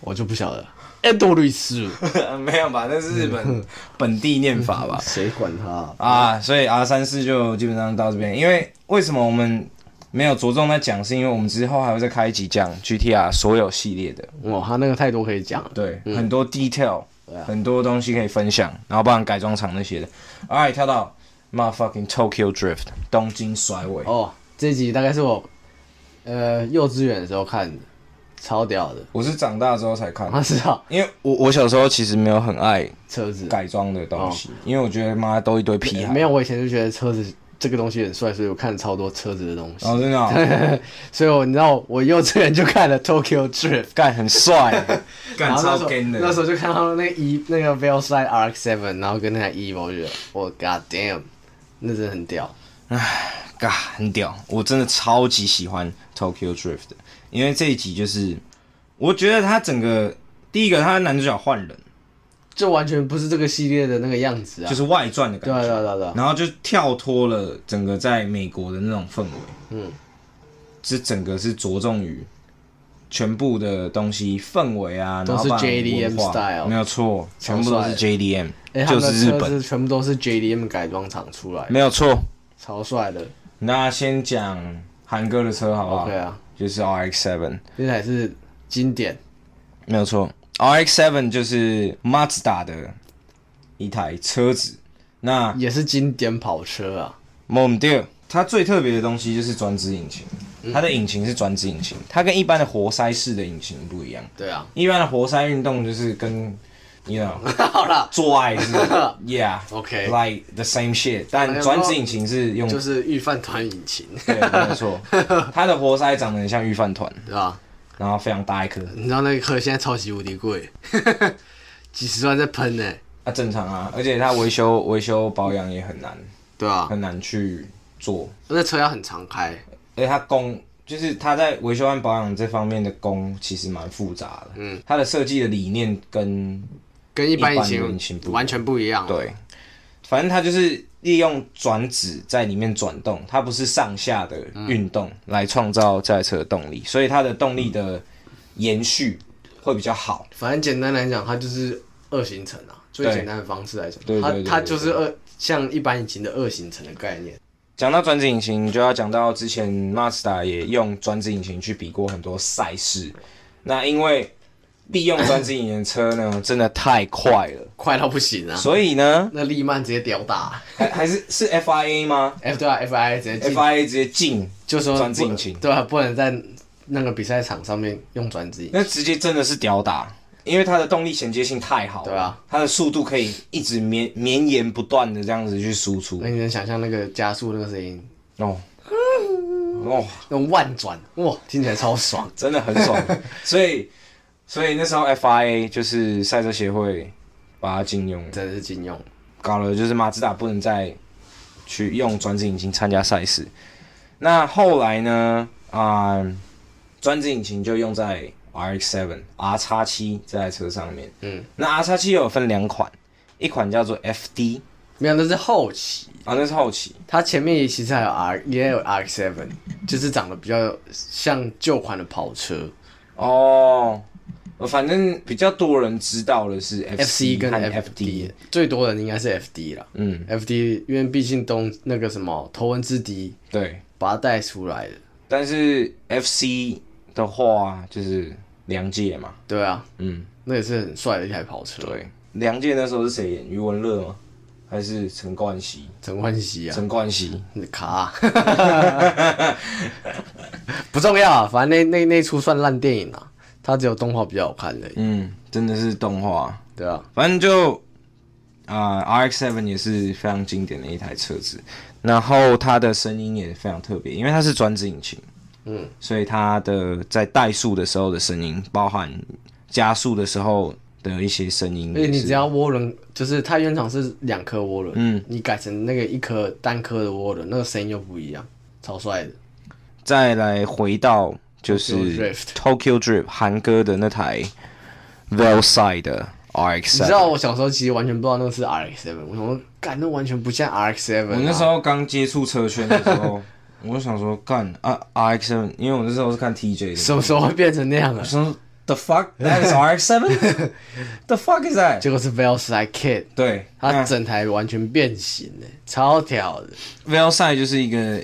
C: 我就不晓得。哎，多律师，
B: 没有吧？那是日 本本地念法吧？
C: 谁管他啊？
B: 啊，所以 R 三四就基本上到这边。因为为什么我们没有着重在讲，是因为我们之后还会再开一集讲 GTR 所有系列的，
C: 哇，他那个太多可以讲了。
B: 对，很多 detail，、
C: 对啊
B: 很多东西可以分享，然后包含改装厂那些的。Alright，跳到 motherfucking Tokyo Drift 东京甩尾，
C: 哦，这一集大概是我呃幼稚园的时候看的，超屌的。
B: 我是长大之后才看
C: 我，知道
B: 因为我我小时候其实没有很爱
C: 车子
B: 改装的东西，因为我觉得妈都一堆屁孩，
C: 哦没有，我以前就觉得车子这个东西很帅，所以我看超多车子的东西。
B: 然后真的 哦
C: 所以我你知道，我幼稚园就看了 Tokyo Drift，
B: 干很帅，
C: 然
B: 干
C: 后那
B: 超
C: 时候
B: g 的，
C: 那时候就看到那个 E 那个 Velside RX7，然后跟那台 Evo，我就觉得我 God damn，那真的很屌。
B: 嘎，很屌！我真的超级喜欢 Tokyo Drift，的因为这一集就是，我觉得他整个第一个，他男主角换人，
C: 就完全不是这个系列的那个样子啊！
B: 就是外传的感
C: 对
B: 觉，
C: 啊对啊对啊对啊，
B: 然后就跳脱了整个在美国的那种氛围，
C: 嗯，
B: 这整个是着重于全部的东西氛围啊，
C: 都
B: 然后
C: 是
B: 包含
C: JDM
B: 文化
C: style
B: 没有错，
C: 超
B: 全部都
C: 帅
B: 是 JDM，
C: 哎，他
B: 就
C: 们的
B: 是日
C: 车
B: 本，
C: 子全部都是 JDM 改装厂出来的，
B: 没有错。
C: 超帅的。
B: 那先讲韩哥的车好不好
C: OK 啊，
B: 就是 RX7。
C: 这台是经典，
B: 没有错，RX7 就是 Mazda 的一台车子。那
C: 也是经典跑车啊。
B: m o m d e 它最特别的东西就是转子引擎，
C: 嗯
B: 它的引擎是转子引擎，它跟一般的活塞式的引擎不一样。
C: 对啊，
B: 一般的活塞运动就是跟你 you know
C: 好啦，
B: 做爱 是，yeah，OK，like
C: OK、
B: the same shit。但转子引擎是用，
C: 就是预饭团引擎，
B: 对，没有错，它的活塞长得很像御饭团，
C: 对吧？
B: 然后非常大一颗，
C: 你知道那个壳现在超级无敌贵， 几十万在喷呢、
B: 那、正常啊，而且它维修维修保养也很难。
C: 对啊，
B: 很难去做，
C: 那车要很常开，
B: 而且它工就是它在维修和保养这方面的工其实蛮复杂的。
C: 嗯，
B: 它的设计的理念跟
C: 跟一般
B: 一般的
C: 引
B: 引擎不
C: 擎
B: 一样
C: 完全不一样。，啊
B: 对，反正它就是利用转子在里面转动，它不是上下的运动来创造这台车的动力，所以它的动力的延续会比较好。
C: 反正简单来讲，它就是二行程啊，最
B: 对
C: 简单的方式来讲
B: 对，对
C: 它
B: 对对
C: 它
B: 对
C: 就是二像一般引擎的二行程的概念。
B: 讲到转子引擎，就要讲到之前 Mazda 也用转子引擎去比过很多赛事。那因为利用转子引擎的车呢，真的太快了，
C: 快到不行啊！
B: 所以呢，
C: 那利曼直接屌打
B: 还还是是 FIA 吗
C: ，F 对啊，FI 直接进，
B: ？FIA 直接禁，
C: 就说
B: 转子
C: 不
B: 引擎
C: 对啊，不能在那个比赛场上面用转子引擎。
B: 那直接真的是屌打，因为它的动力衔接性太好了，
C: 对啊，
B: 它的速度可以一直绵绵延不断的这样子去输出
C: 那，你能想象那个加速那个声音，
B: 哦，哦，
C: 那种万转，哇，听起来超爽。
B: 真的很爽，所以所以那时候 FIA 就是赛车协会把它禁用了，
C: 真的是禁用。
B: 搞了就是马自达不能再去用转子引擎参加赛事。那后来呢？啊、转子引擎就用在 RX7 R 叉七这台车上面。
C: 嗯，
B: 那 R 叉七有分两款，一款叫做 FD
C: 没有，那是后期，
B: 啊，那是后期。
C: 它前面也其实还有 R，也有 RX7，就是长得比较像旧款的跑车。
B: 哦，呃反正比较多人知道的是
C: FC 跟
B: 和
C: FD 最多人应该是 FD 了。
B: 嗯，
C: FD 因为毕竟东那个什么头文字 D
B: 对。
C: 把它带出来的，
B: 但是 FC 的话就是梁界嘛，
C: 对啊，
B: 嗯，
C: 那也是很帅的一台跑车。，啊
B: 对，梁界那时候是谁演？余文乐吗？还是陈冠希？
C: 陈冠希啊，
B: 陈冠希，
C: 卡啊、 不重要啊，反正那那那出算烂电影啊，它只有动画比较好看而已，
B: 嗯，真的是动画，
C: 对啊，
B: 反正就啊、RX Seven 也是非常经典的一台车子，然后它的声音也非常特别，因为它是专制引擎，
C: 嗯，
B: 所以它的在怠速的时候的声音，包含加速的时候的一些声音，
C: 而且你只要涡轮，就是它原厂是两颗涡轮，
B: 嗯，
C: 你改成那个一颗单颗的涡轮，那个声音又不一样，超帅的。
B: 再来回到就是
C: Tokyo Drift
B: Tokyo Drift 韩哥的那台 Velside 的 RX，
C: 你知道我小时候其实完全不知道那个是 RX Seven，我想说，干那完全不像 RX Seven、
B: 我那时候刚接触车圈的时 候，我就想说干啊 RX Seven，因为我那时候是看 TJ 的。
C: 什么时候会变成那样啊？
B: 说 The fuck that is RX seven? The fuck is that?
C: 结果是 Velside Kid，
B: 对，
C: 它整台完全变形诶，超屌的。
B: Velside 就是一个，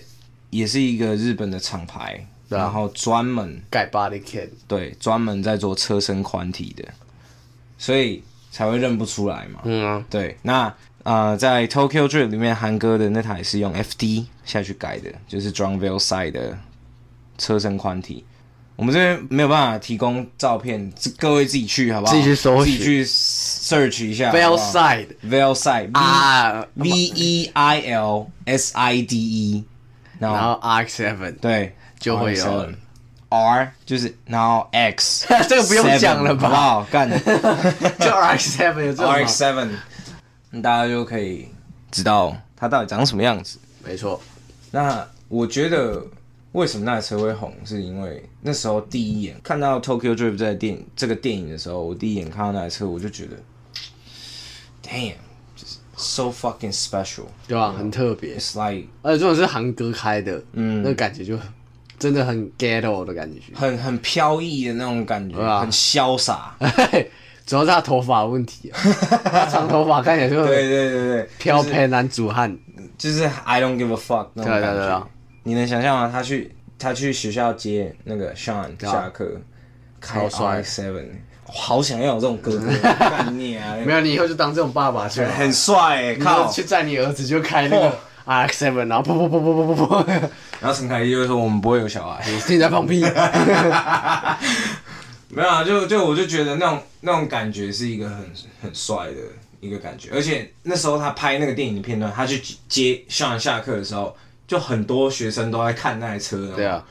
B: 也是一个日本的厂牌，
C: 对啊
B: 然后专门
C: 改 Body Kid，
B: 对专门在做车身宽体的，所以才会认不出来嘛。
C: 嗯啊，
B: 对，那呃，在 Tokyo Drift 里面，韩哥的那台是用 FD 下去改的，就是装 Velside 的车身宽体。我们这边没有办法提供照片，自各位自己去好不好？
C: 自己去搜
B: 自己
C: 寻
B: 去 search 一下好不好
C: Velside
B: Velside
C: 啊，
B: 啊 V E I L S I D E，然
C: 然后
B: 后
C: RX Seven
B: 对
C: 就会有
B: RX7 R 就是然后 X，
C: 这个不用讲了
B: 7, 好
C: 吧
B: 不好？干
C: 就 RX Seven 有这种
B: RX
C: 吗？
B: Seven，大家就可以知道它到底长什么样子。
C: 没错，
B: 那我觉得为什么那台车会红，是因为那时候第一眼看到 Tokyo Drift 在电影这个电影的时候，我第一眼看到那台车，我就觉得，damn，就是 so fucking special。
C: 对吧、很特别，
B: It's like
C: 而且这种是韩哥开的，
B: 嗯
C: 那个感觉就真的很 ghetto 的感觉。
B: 很很飘逸的那种感觉，
C: 对啊
B: 很潇洒。
C: 嘿主要是他头发的问题、啊， 他长头发看起来就
B: 对对对对，
C: 漂
B: 就是
C: 配男子汉，
B: 就是 I don't give a fuck 那种
C: 对
B: 感
C: 对对
B: 觉
C: 啊。
B: 你能想象吗？他去他去学校接那个 Sean
C: 啊
B: 下课，开
C: 超帅
B: Seven，我好想要有这种哥哥 的概念啊！
C: 没有你以后就当这种爸爸去了，
B: 很帅欸，
C: 你就
B: 靠！
C: 去载你儿子就开那个 RX Seven，然后噗噗噗噗噗噗噗，
B: 然后陈凯一就会说我们不会有小孩，
C: 你自己在放屁，
B: 啊没有啊，就就我就觉得那种那种感觉是一个很很帅的一个感觉，而且那时候他拍那个电影的片段，他去接 Sean 下课的时候，就很多学生都在看那台车，
C: 对啊，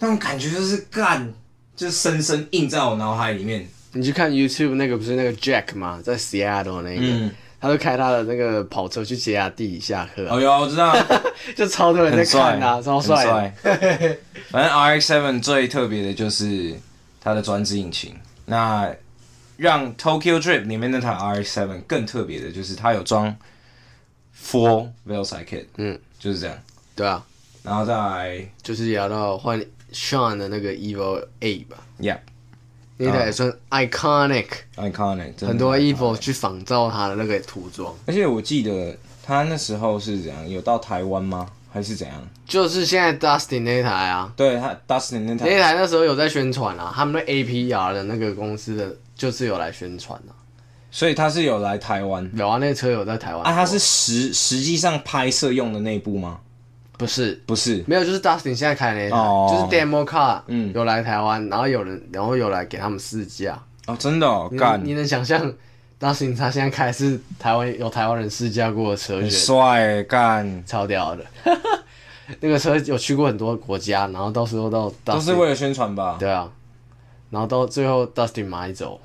B: 那种感觉就是干，就是深深印在我脑海里面。
C: 你去看 YouTube 那个不是那个 Jack 吗？在 Seattle 那个
B: 嗯，
C: 他就开他的那个跑车去接他弟下课啊
B: 哦，哟，我知道，
C: 就超多 人在
B: 很帅
C: 看啊，超
B: 很
C: 帅的，
B: 帅。 反正 RX Seven 最特别的就是它的专制引擎，那让 Tokyo Drift 里面那台 RX Seven 更特别的就是它有装 Four Velside Kit，
C: 嗯，
B: 就是这样。
C: 对啊，
B: 然后再来
C: 就是也要到换 Sean 的那个 Evil Eight 吧，
B: ，Yeah。
C: 那
B: 啊
C: 台也算 iconic，
B: 嗯 Iconic，真的
C: 很多
B: iconic
C: Evil 去仿照他的那个涂装。
B: 而且我记得他那时候是怎样，有到台湾吗？还是怎样？
C: 就是现在 Dustin 那台啊，
B: 对他 Dustin 那
C: 那
B: 台
C: 台那时候有在宣传啊，他们的 APR 的那个公司的就是有来宣传啊，
B: 所以他是有来台湾
C: 有啊，那车有在台湾
B: 啊？他
C: 过
B: 是实实际上拍摄用的那一部吗？
C: 不是
B: 不是，
C: 没有就是 Dustin 现在开的那台，
B: 哦
C: 就是 demo car，
B: 嗯
C: 有来台湾，然后有人然后有来给他们试驾，
B: 哦，真的哦，
C: 你
B: 干，
C: 你能想象 Dustin 他现在开的是台湾有台湾人试驾过的车，
B: 很
C: 觉得
B: 帅欸干，
C: 超屌的， 那个车有去过很多国家，然后到时候到 Dustin
B: 都是为了宣传吧？
C: 对啊，然后到最后 Dustin 买走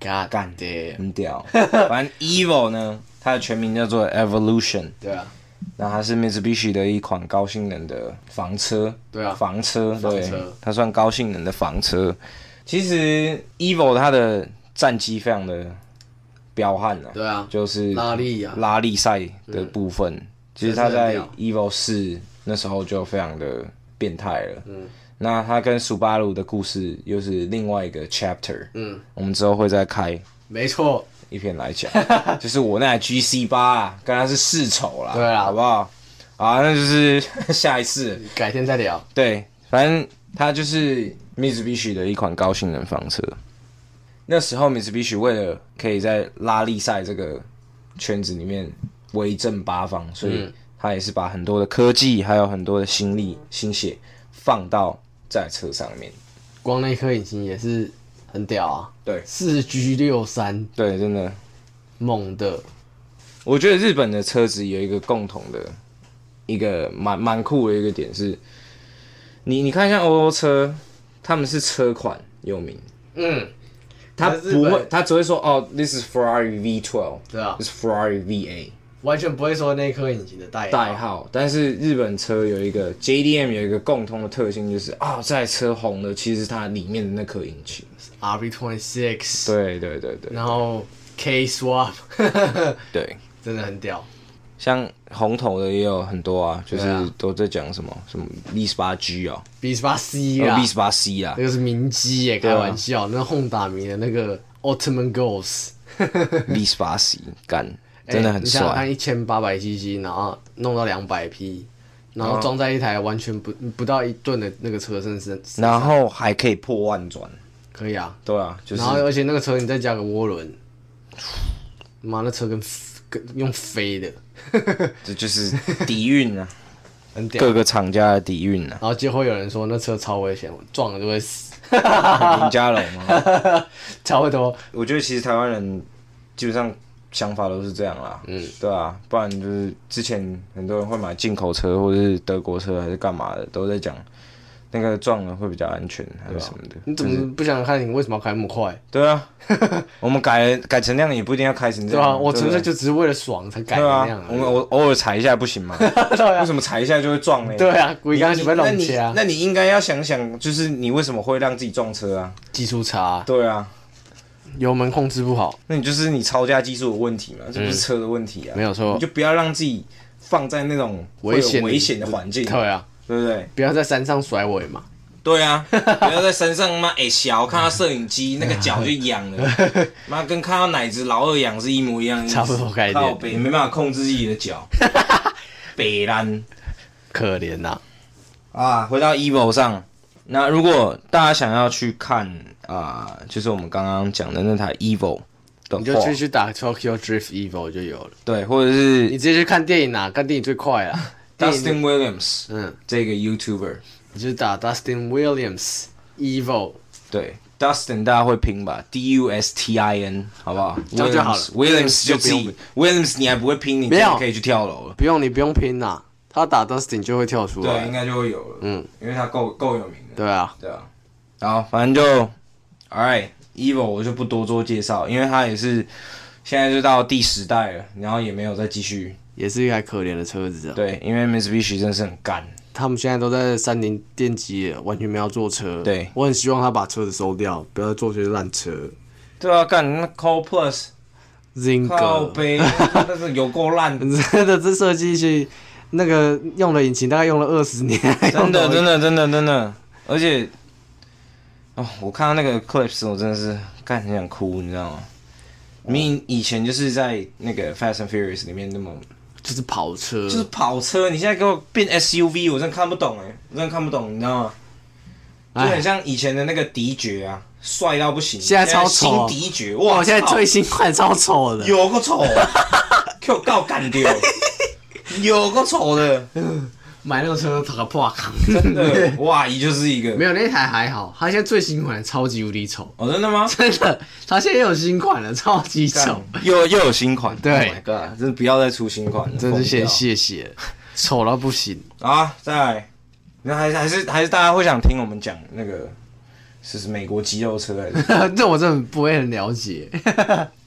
C: ，God
B: 干
C: damn，
B: 很屌。反正 Evil 呢，它的全名叫做 Evolution，
C: 对啊，
B: 那它是 Mitsubishi 的一款高性能的房车，
C: 对啊
B: 房车，
C: 房
B: 对
C: 车，
B: 它算高性能的房车。其实 Evil 它的战绩非常的彪悍啊，
C: 对啊
B: 就是
C: 拉力啊嗯
B: 拉力赛的部分，其实他在
C: 真的很
B: Evil 四那时候就非常的变态了，嗯，那它跟苏巴鲁的故事又是另外一个 chapter，
C: 嗯，
B: 我们之后会再开
C: 没错，
B: 一篇来讲， 就是我那台 GC 八啊，跟它是世仇啦，
C: 对啊
B: 好不好？啊，那就是 下一次，
C: 改天再聊。
B: 对，反正它就是 Mitsubishi 的一款高性能房车。那时候 Mitsubishi 为了可以在拉力赛这个圈子里面威震八方，所以他也是把很多的科技还有很多的心力心血放到在车上面。
C: 光那颗引擎也是很屌啊，
B: 对
C: 四 G 六三
B: 对，真的，
C: 猛的，
B: 我觉得日本的车子有一个共同的一个蛮蛮酷的一个点是，你你看像欧洲车，他们是车款有名，
C: 嗯，
B: 他
C: 可是日
B: 不
C: 本
B: 会，他只会说哦，this is Ferrari V12，
C: 对啊
B: ，this is Ferrari V8
C: 完全不会说那颗引擎的代啊
B: 代号。但是日本车有一个 JDM 有一个共通的特性，就是啊、这台车红的其实是它里面的那颗引擎。
C: RB Twenty Six，，
B: 对对对对
C: 然后 K Swap，
B: 对，
C: 真的很屌，
B: 像红头的也有很多啊，就
C: 对
B: 是
C: 啊
B: 都在讲什么什么 V 十八 G 哦
C: B 十八 C
B: 呃
C: 啦
B: ，V 十八 C 啊
C: 那，个是明基耶，
B: 对
C: 开
B: 啊
C: 玩笑，那轰打迷的那个 Ultimate Goals，
B: V 十八 C 干， 真的很
C: 你哎想想看，
B: 帅。
C: 一千八百 cc，然后弄到两百匹，然后装在一台完全不不到一吨的那个车身上，
B: 然后还可以破万转，
C: 可以啊。
B: 对啊，就是
C: 然后而且那个车你再加个涡轮，妈那车跟跟用飞的，
B: 这就是底蕴啊，
C: 很屌
B: 各。个厂家的底蕴啊。
C: 然后就会有人说那车超危险，撞了就会死，
B: 林家龙啊，
C: 差不多。
B: 我觉得其实台湾人基本上想法都是这样啦，嗯，对啊，不然就是之前很多人会买进口车或者是德国车还是干嘛的，都在讲那个撞了会比较安全还
C: 啊
B: 是什么的，
C: 你怎么不想想看？你为什么要开那么快？
B: 对 啊，我们改改成那样也不一定要开成这
C: 对
B: 样，
C: 吧？我
B: 对
C: 纯
B: 不对
C: 粹就只是为了爽才改
B: 对
C: 成那
B: 啊
C: 样，而
B: 我
C: 已。
B: 们我偶尔踩一下不行吗？
C: 对
B: 为
C: 啊，
B: 什么踩一下就会撞呢？
C: 对啊故意刚刚准备弄
B: 你你
C: 切啊
B: 那你那你应该要想想，就是你为什么会让自己撞车啊？
C: 技术差，
B: 对啊，
C: 油门控制不好，
B: 那你就是你超价技术有问题嘛，这不是车的问题啊。
C: 嗯没有错
B: 你就不要让自己放在那种会有
C: 危险
B: 危险的环境，
C: 对啊，
B: 对不对？
C: 不要在山上甩尾嘛。
B: 对啊， 不要在山上妈哎小看到摄影 机那个脚就痒了，妈跟看到奶子老二痒是一模一样的意思，
C: 差不多概念
B: 靠北没办法控制自己的 脚，北兰。
C: 可怜呐、
B: 啊，回到 Evo 上，那如果大家想要去看啊、就是我们刚刚讲的那台 Evo 的
C: 你就
B: 话
C: 去，去打 Tokyo Drift Evil 就有了。
B: 对，或者
C: 你
B: 是
C: 直接去看电影啊，看电影最快啊。电影
B: Dustin Williams
C: 嗯，
B: 这个 YouTuber，
C: 你就打 Dustin Williams Evil
B: 对，Dustin 大家会拼吧，D U S T I N，好不好？
C: 这样就好了
B: Williams 就
C: 就
B: 自
C: 不用
B: 己 Williams 你还不会拼，你
C: 没有
B: 就可以去跳楼了。
C: 不用你不用拼呐、他打 Dustin 就会跳出
B: 对，应
C: 来。
B: 该就会有了。
C: 嗯，
B: 因为他够够有名了。
C: 对啊，
B: 对啊，好，反正就，Alright Evo 我就不多做介绍，因为它也是现在就到第十代了，然后也没有再继续。
C: 也是一台可怜的车子啊。
B: 对，因为 Mitsubishi 真是很干。
C: 他们现在都在三菱电机了，完全没有坐车。
B: 对
C: 我很希望他把车子收掉，不要再做这些烂车。
B: 对啊，干那 Call Plus 靠
C: Zinger
B: 背，但是有够烂，
C: 真 的，这设计是那个用的引擎大概用了二十年，
B: 真的真
C: 的
B: 的真的真的，而且，哦，我看到那个 clips 我真的是干很想哭，你知道吗？你以前就是在那个 Fast and Furious 里面那么
C: 就是跑车，
B: 就是跑车，你现在给我变 SUV，我真的看不懂哎、我真的看不懂，你知道吗？就
C: 哎
B: 很像以前的那个迪爵啊，帅到不行。
C: 现在超丑
B: 新迪爵，
C: 哇，
B: 哇，
C: 现在
B: 操
C: 最新款超丑的，
B: 有个丑， 给我告干掉，有个丑的，
C: 买那个车打个破坑，
B: 真的， 我阿姨就是一个
C: 没。有那台还好，它现在最新款超级无敌丑，
B: 哦，真的 吗？
C: 真的，它现在也有新款了，超级丑，
B: 又又有新款，
C: 对
B: Oh my God，真的不要再出新款了，
C: 真是
B: 先
C: 先谢谢， 丑到不行。
B: 啊！再来，那还是还是还是大家会想听我们讲那个，是美国肌肉车还是
C: 这我真的不会很了解，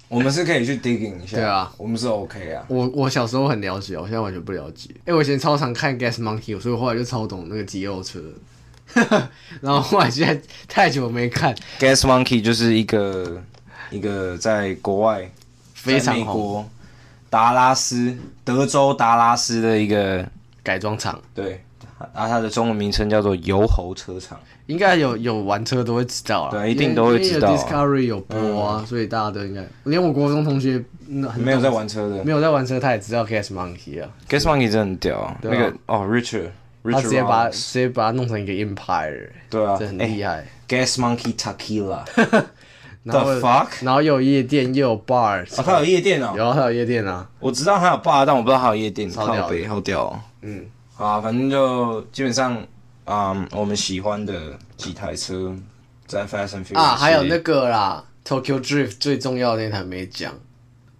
B: 我们是可以去 digging 一下，
C: 对啊
B: 我们是 OK 啊。
C: 我我小时候很了解，我现在完全不了解。哎、我以前超常看 Gas Monkey，所以我后来就超懂那个肌肉车， 然后后来现在太久没看，
B: Gas Monkey 就是一个一个在国外，在
C: 非常
B: 美
C: 红。
B: 国达拉斯德州达拉斯的一个
C: 改装厂，
B: 对，啊，它的中文名称叫做油猴车厂。
C: 应该有有玩车都会知道啦，
B: 对一定都会知道啊嗯
C: 因为 Discovery 有播啊，所以大家都应该，连我国中同学那很
B: 没有在玩车的
C: 没有在玩车，他也知道 Cash Monkey 啊，
B: ，Guess Monkey 真的很屌、
C: 对啊
B: 那个哦，Richard，
C: 他
B: Richard
C: 直接把
B: Rollins
C: 直接把它弄成一个 empire，
B: 对啊，
C: 这很
B: 哎
C: 厉害。
B: Gas Monkey Tequila，
C: 然
B: The
C: 后
B: fuck？
C: 然后又有夜店又有 bar，
B: 哦，它有夜店哦，
C: 有啊，他有夜店啊，
B: 我知道它有 bar，但我不知道它有夜店，
C: 超屌的
B: 靠北好屌、哦。
C: 嗯，
B: 好啊，反正就基本上，嗯，我们喜欢的几台车在 Fast and Furious
C: 啊，还有那
B: 个
C: 个啦，Tokyo Drift 最重要的那台没讲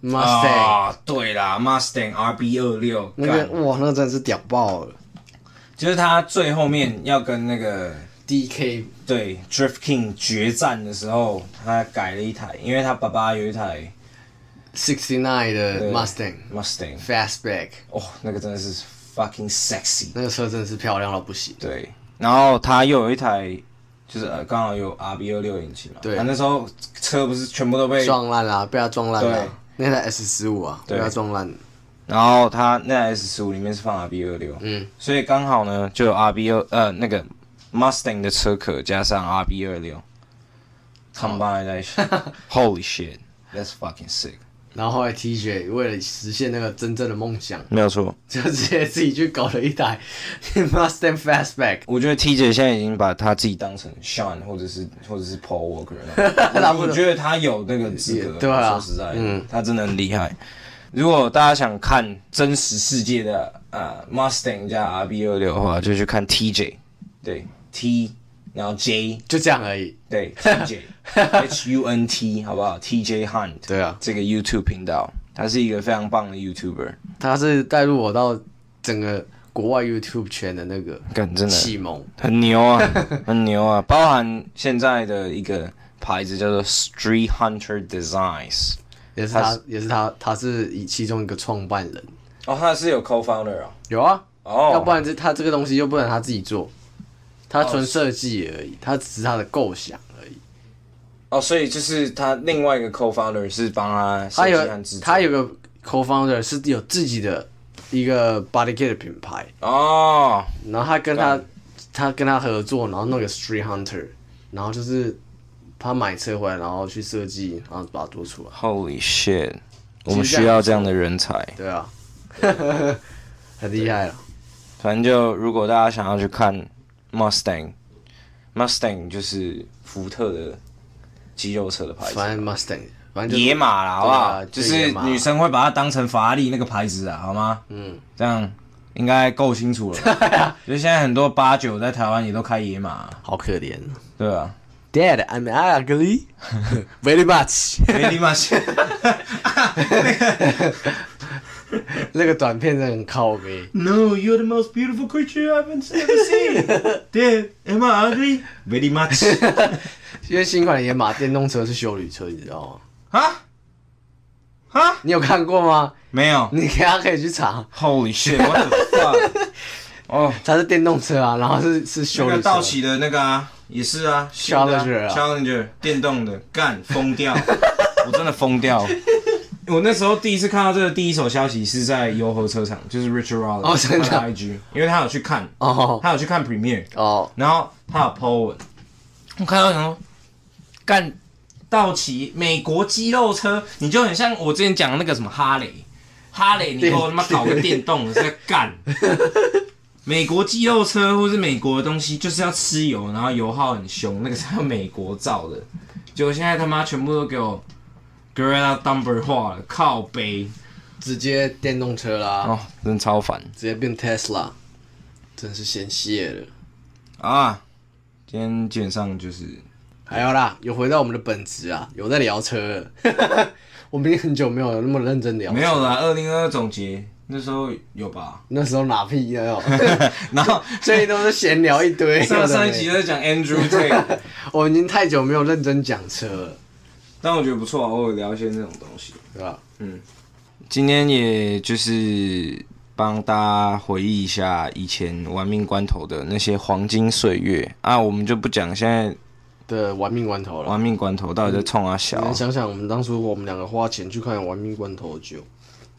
C: ，Mustang，
B: 啊，对啦，Mustang RB 二六，
C: 那
B: 干
C: 个哇，那真的是屌爆了
B: 就是他最后面要跟那个
C: ，DK
B: 对 Drift King 决战的时候，他改了一台，因为他爸爸有一台
C: Sixty Nine 的
B: 对
C: Mustang
B: Mustang，
C: Fastback，
B: 哦，那个真的是 fucking sexy，
C: 那个车真的是漂亮到不行。
B: 对，然后他又有一台。就是呃刚好有 RB 二六引擎嘛，
C: 对
B: 啊那时候车不是全部都被
C: 撞烂啦、被他撞烂了、
B: 对
C: 那台 S 十五啊，被
B: 对
C: 他撞烂。
B: 然后它那 S 十五里面是放 RB 二六，
C: 嗯，
B: 所以刚好呢就有 RB 二呃那个 Mustang 的车壳加上 RB 二六，combine 在一起，Holy shit，that's fucking sick，
C: 然后后来 T 恤为了实现那个真正的梦想，
B: 没有错。
C: 就直接自己去搞了一台 Mustang Fastback，
B: 我觉得 T 姐现在已经把他自己当成 Sean 或者是或者是 Paul Walker 了，我我觉得他有那个资格。
C: 也对啊
B: 说实在，
C: 嗯
B: 嗯，他真的很厉害。如果大家想看真实世界的呃 Mustang 加 RB 二六的话，就去看 TJ，对 T，然后 J
C: 就这样而已。
B: 对 TJ H U N T 好不好？TJ Hunt
C: 对啊
B: 这个 YouTube 频道，他是一个非常棒的 YouTuber，
C: 他是带入我到整个国外 YouTube 圈的那个
B: 干真的
C: 启蒙。
B: 很牛啊，很牛啊！包含现在的一个牌子叫做 Street Hunter Designs，
C: 也是
B: 他
C: 他，也是他，他是以其中一个创办人。
B: 哦，他是有 co-founder 哦，
C: 有啊，
B: 哦
C: 要不然这他这个东西又不能他自己做，他纯设计而已，他只是他的构想而已。
B: 哦，所以就是他另外一个 co-founder 是帮他设
C: 他
B: 计
C: 有
B: 和制作，
C: 他有个 co-founder 是有自己的一个 body kit 的品牌，
B: 哦，
C: 然后他跟他
B: 干
C: 他跟他合作，然后弄个 Street Hunter，然后就是他买车回来，然后去设计，然后把它做出来。
B: ，Holy shit，我
C: 其
B: 们
C: 实这样
B: 需要这样的人才。
C: 对啊， 很厉害了。啊
B: 反正就如果大家想要去看 Mustang，Mustang 就是福特的肌肉车的牌子
C: 反。正 Mustang，反正就是
B: 野马啦，好不
C: 对
B: 好？
C: 啊
B: 就是女生会把它当成法拉利那个牌子啊，好吗？嗯，这样应该够清楚了吧。 就现在很多八九在台湾也都开野马啊，
C: 好可怜。
B: 对吧。
C: Dad, I'm ugly, very much
B: 没地方写。
C: 那个短片真的很靠背。
B: No, you're the most beautiful creature I've ever seen. Dad, am I ugly? Very much.
C: 因为新款的野马电动车是修旅车，你知道
B: 啊
C: 吗？
B: 啊，
C: 你有看过吗？
B: 没有。
C: 你等下可以去查，
B: Holy shit! What the fuck? 哦，
C: 它是电动车啊，然后是是
B: 那
C: 修
B: 个
C: 理
B: 道
C: 车。
B: 奇的那个啊，也是啊
C: Challenger 啊
B: c h a l l e n g e r 电动的，干疯掉， 我真的疯掉。我那时候第一次看到这个第一手消息是在油猴车场，就是 Richard Rollins
C: 哦真的
B: 他 IG，因为他有去看，
C: 哦
B: 他有去看 Premiere，
C: 哦，
B: 然后他有 po 文，我看到想说，干道奇美国肌肉车，你就很像我之前讲的那个什么哈雷，哈雷你给我他妈搞个电动的在 干。美国肌肉车或是美国的东西，就是要吃油，然后油耗很凶，那个是要美国造的。结果现在他妈全部都给我 Gorilla Dumber 化了，靠背
C: 直接电动车啦，
B: 哦，真的超烦
C: 直接变 Tesla，真是嫌谢了。
B: 啊！今天基本上就是
C: 还有啦，有回到我们的本职啊，有在聊车 了。我们已经很久没有那么认真聊，
B: 没有啦，二零二二总结那时候有吧？
C: 那时候哪屁呀、哦，
B: 然后
C: 最近都是闲聊一堆。有
B: 上
C: 的没
B: 上一集在讲 Andrew Tate，
C: 我们已经太久没有认真讲车了，
B: 但我觉得不错啊，偶尔聊一些那种东西。
C: 对吧？
B: 今天也就是帮大家回忆一下以前玩命关头的那些黄金岁月啊，我们就不讲现在
C: 的玩命关头了。
B: 玩命啊关头到底在冲啊
C: 你
B: 小
C: 们，想想，我们当初我们两个花钱去看《玩命关头九》，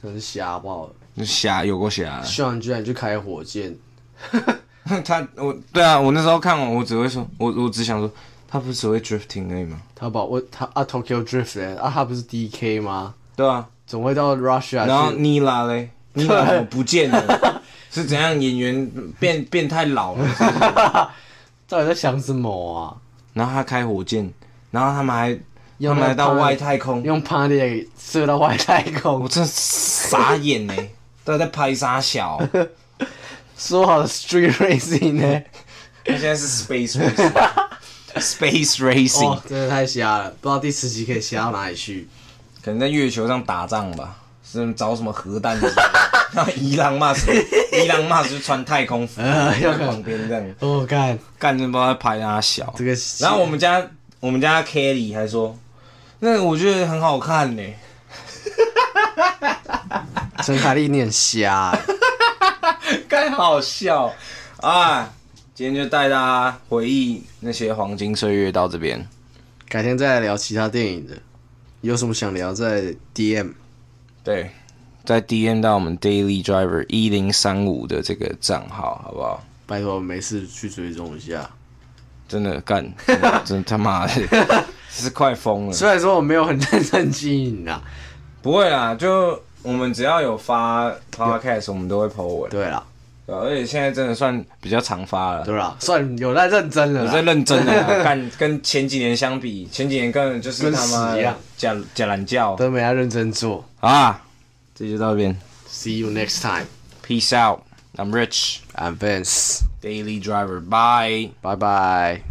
C: 真是瞎爆了。
B: 瞎有过瞎的，啊
C: Sean 居然去开火箭，
B: 他我对啊，我那时候看完，我只会说，我我只想说，他不是只会 drifting 而已吗？
C: 他把我他啊 Tokyo Drift 欸啊他不是 DK 吗？
B: 对啊，
C: 总会到 Russia
B: 然后
C: 去
B: 妮拉 嘞，妮拉怎么不见了？是怎样演员变变太老了？是不 是
C: 到底在想什么啊？
B: 然后他开火箭，然后他们还他
C: 用
B: 们
C: 那
B: 还到
C: 个
B: 外太空，
C: 用 Party 射到外太
B: 我
C: 空，
B: 真的傻眼呢、到底在拍啥小？
C: 说好的 Street Racing 呢？
B: 他现在是 space racing。Space Racing、
C: 哦，真的太瞎了，不知道第十集可以瞎到哪里去。
B: 可能在月球上打仗吧，是找什么核弹之类的？ 然后伊朗骂死，伊朗骂死就穿太空服，
C: 呃有
B: 在
C: 可能
B: 旁边这样。
C: 哦，干
B: 干真不知道在拍他小。
C: 这个，
B: 然后我们家我们家 Kelly 还说，那个我觉得很好看 呢、
C: 陈凯丽你很瞎欸，
B: 该好笑啊！今天就带大家回忆那些黄金岁月到这边，
C: 改天再来聊其他电影的，有什么想聊再 DM。
B: 对，再 DM 到我们 Daily Driver 一零三五的这个账号，好不好？
C: 拜托，没事去追踪一下。
B: 真的干，真的 真他妈的是快疯了。
C: 虽然说我没有很认真经营啊，
B: 不会啦，就我们只要有发 podcast，我们都会 po 文，
C: 对啦，
B: 对吧而且现在真的算比较常发了。
C: 对啦，算有在认真了
B: 我
C: 啦。
B: 在认 真的啦，干跟前几年相比，前几年根本就是
C: 跟
B: 他妈
C: 屎一样
B: 假假懒觉
C: 都没在认真做。
B: 啊！这就到这边
C: See you next time.
B: ，peace out，I'm Rich，daily
C: I'm Vince.
B: driver，bye。
C: Bye bye.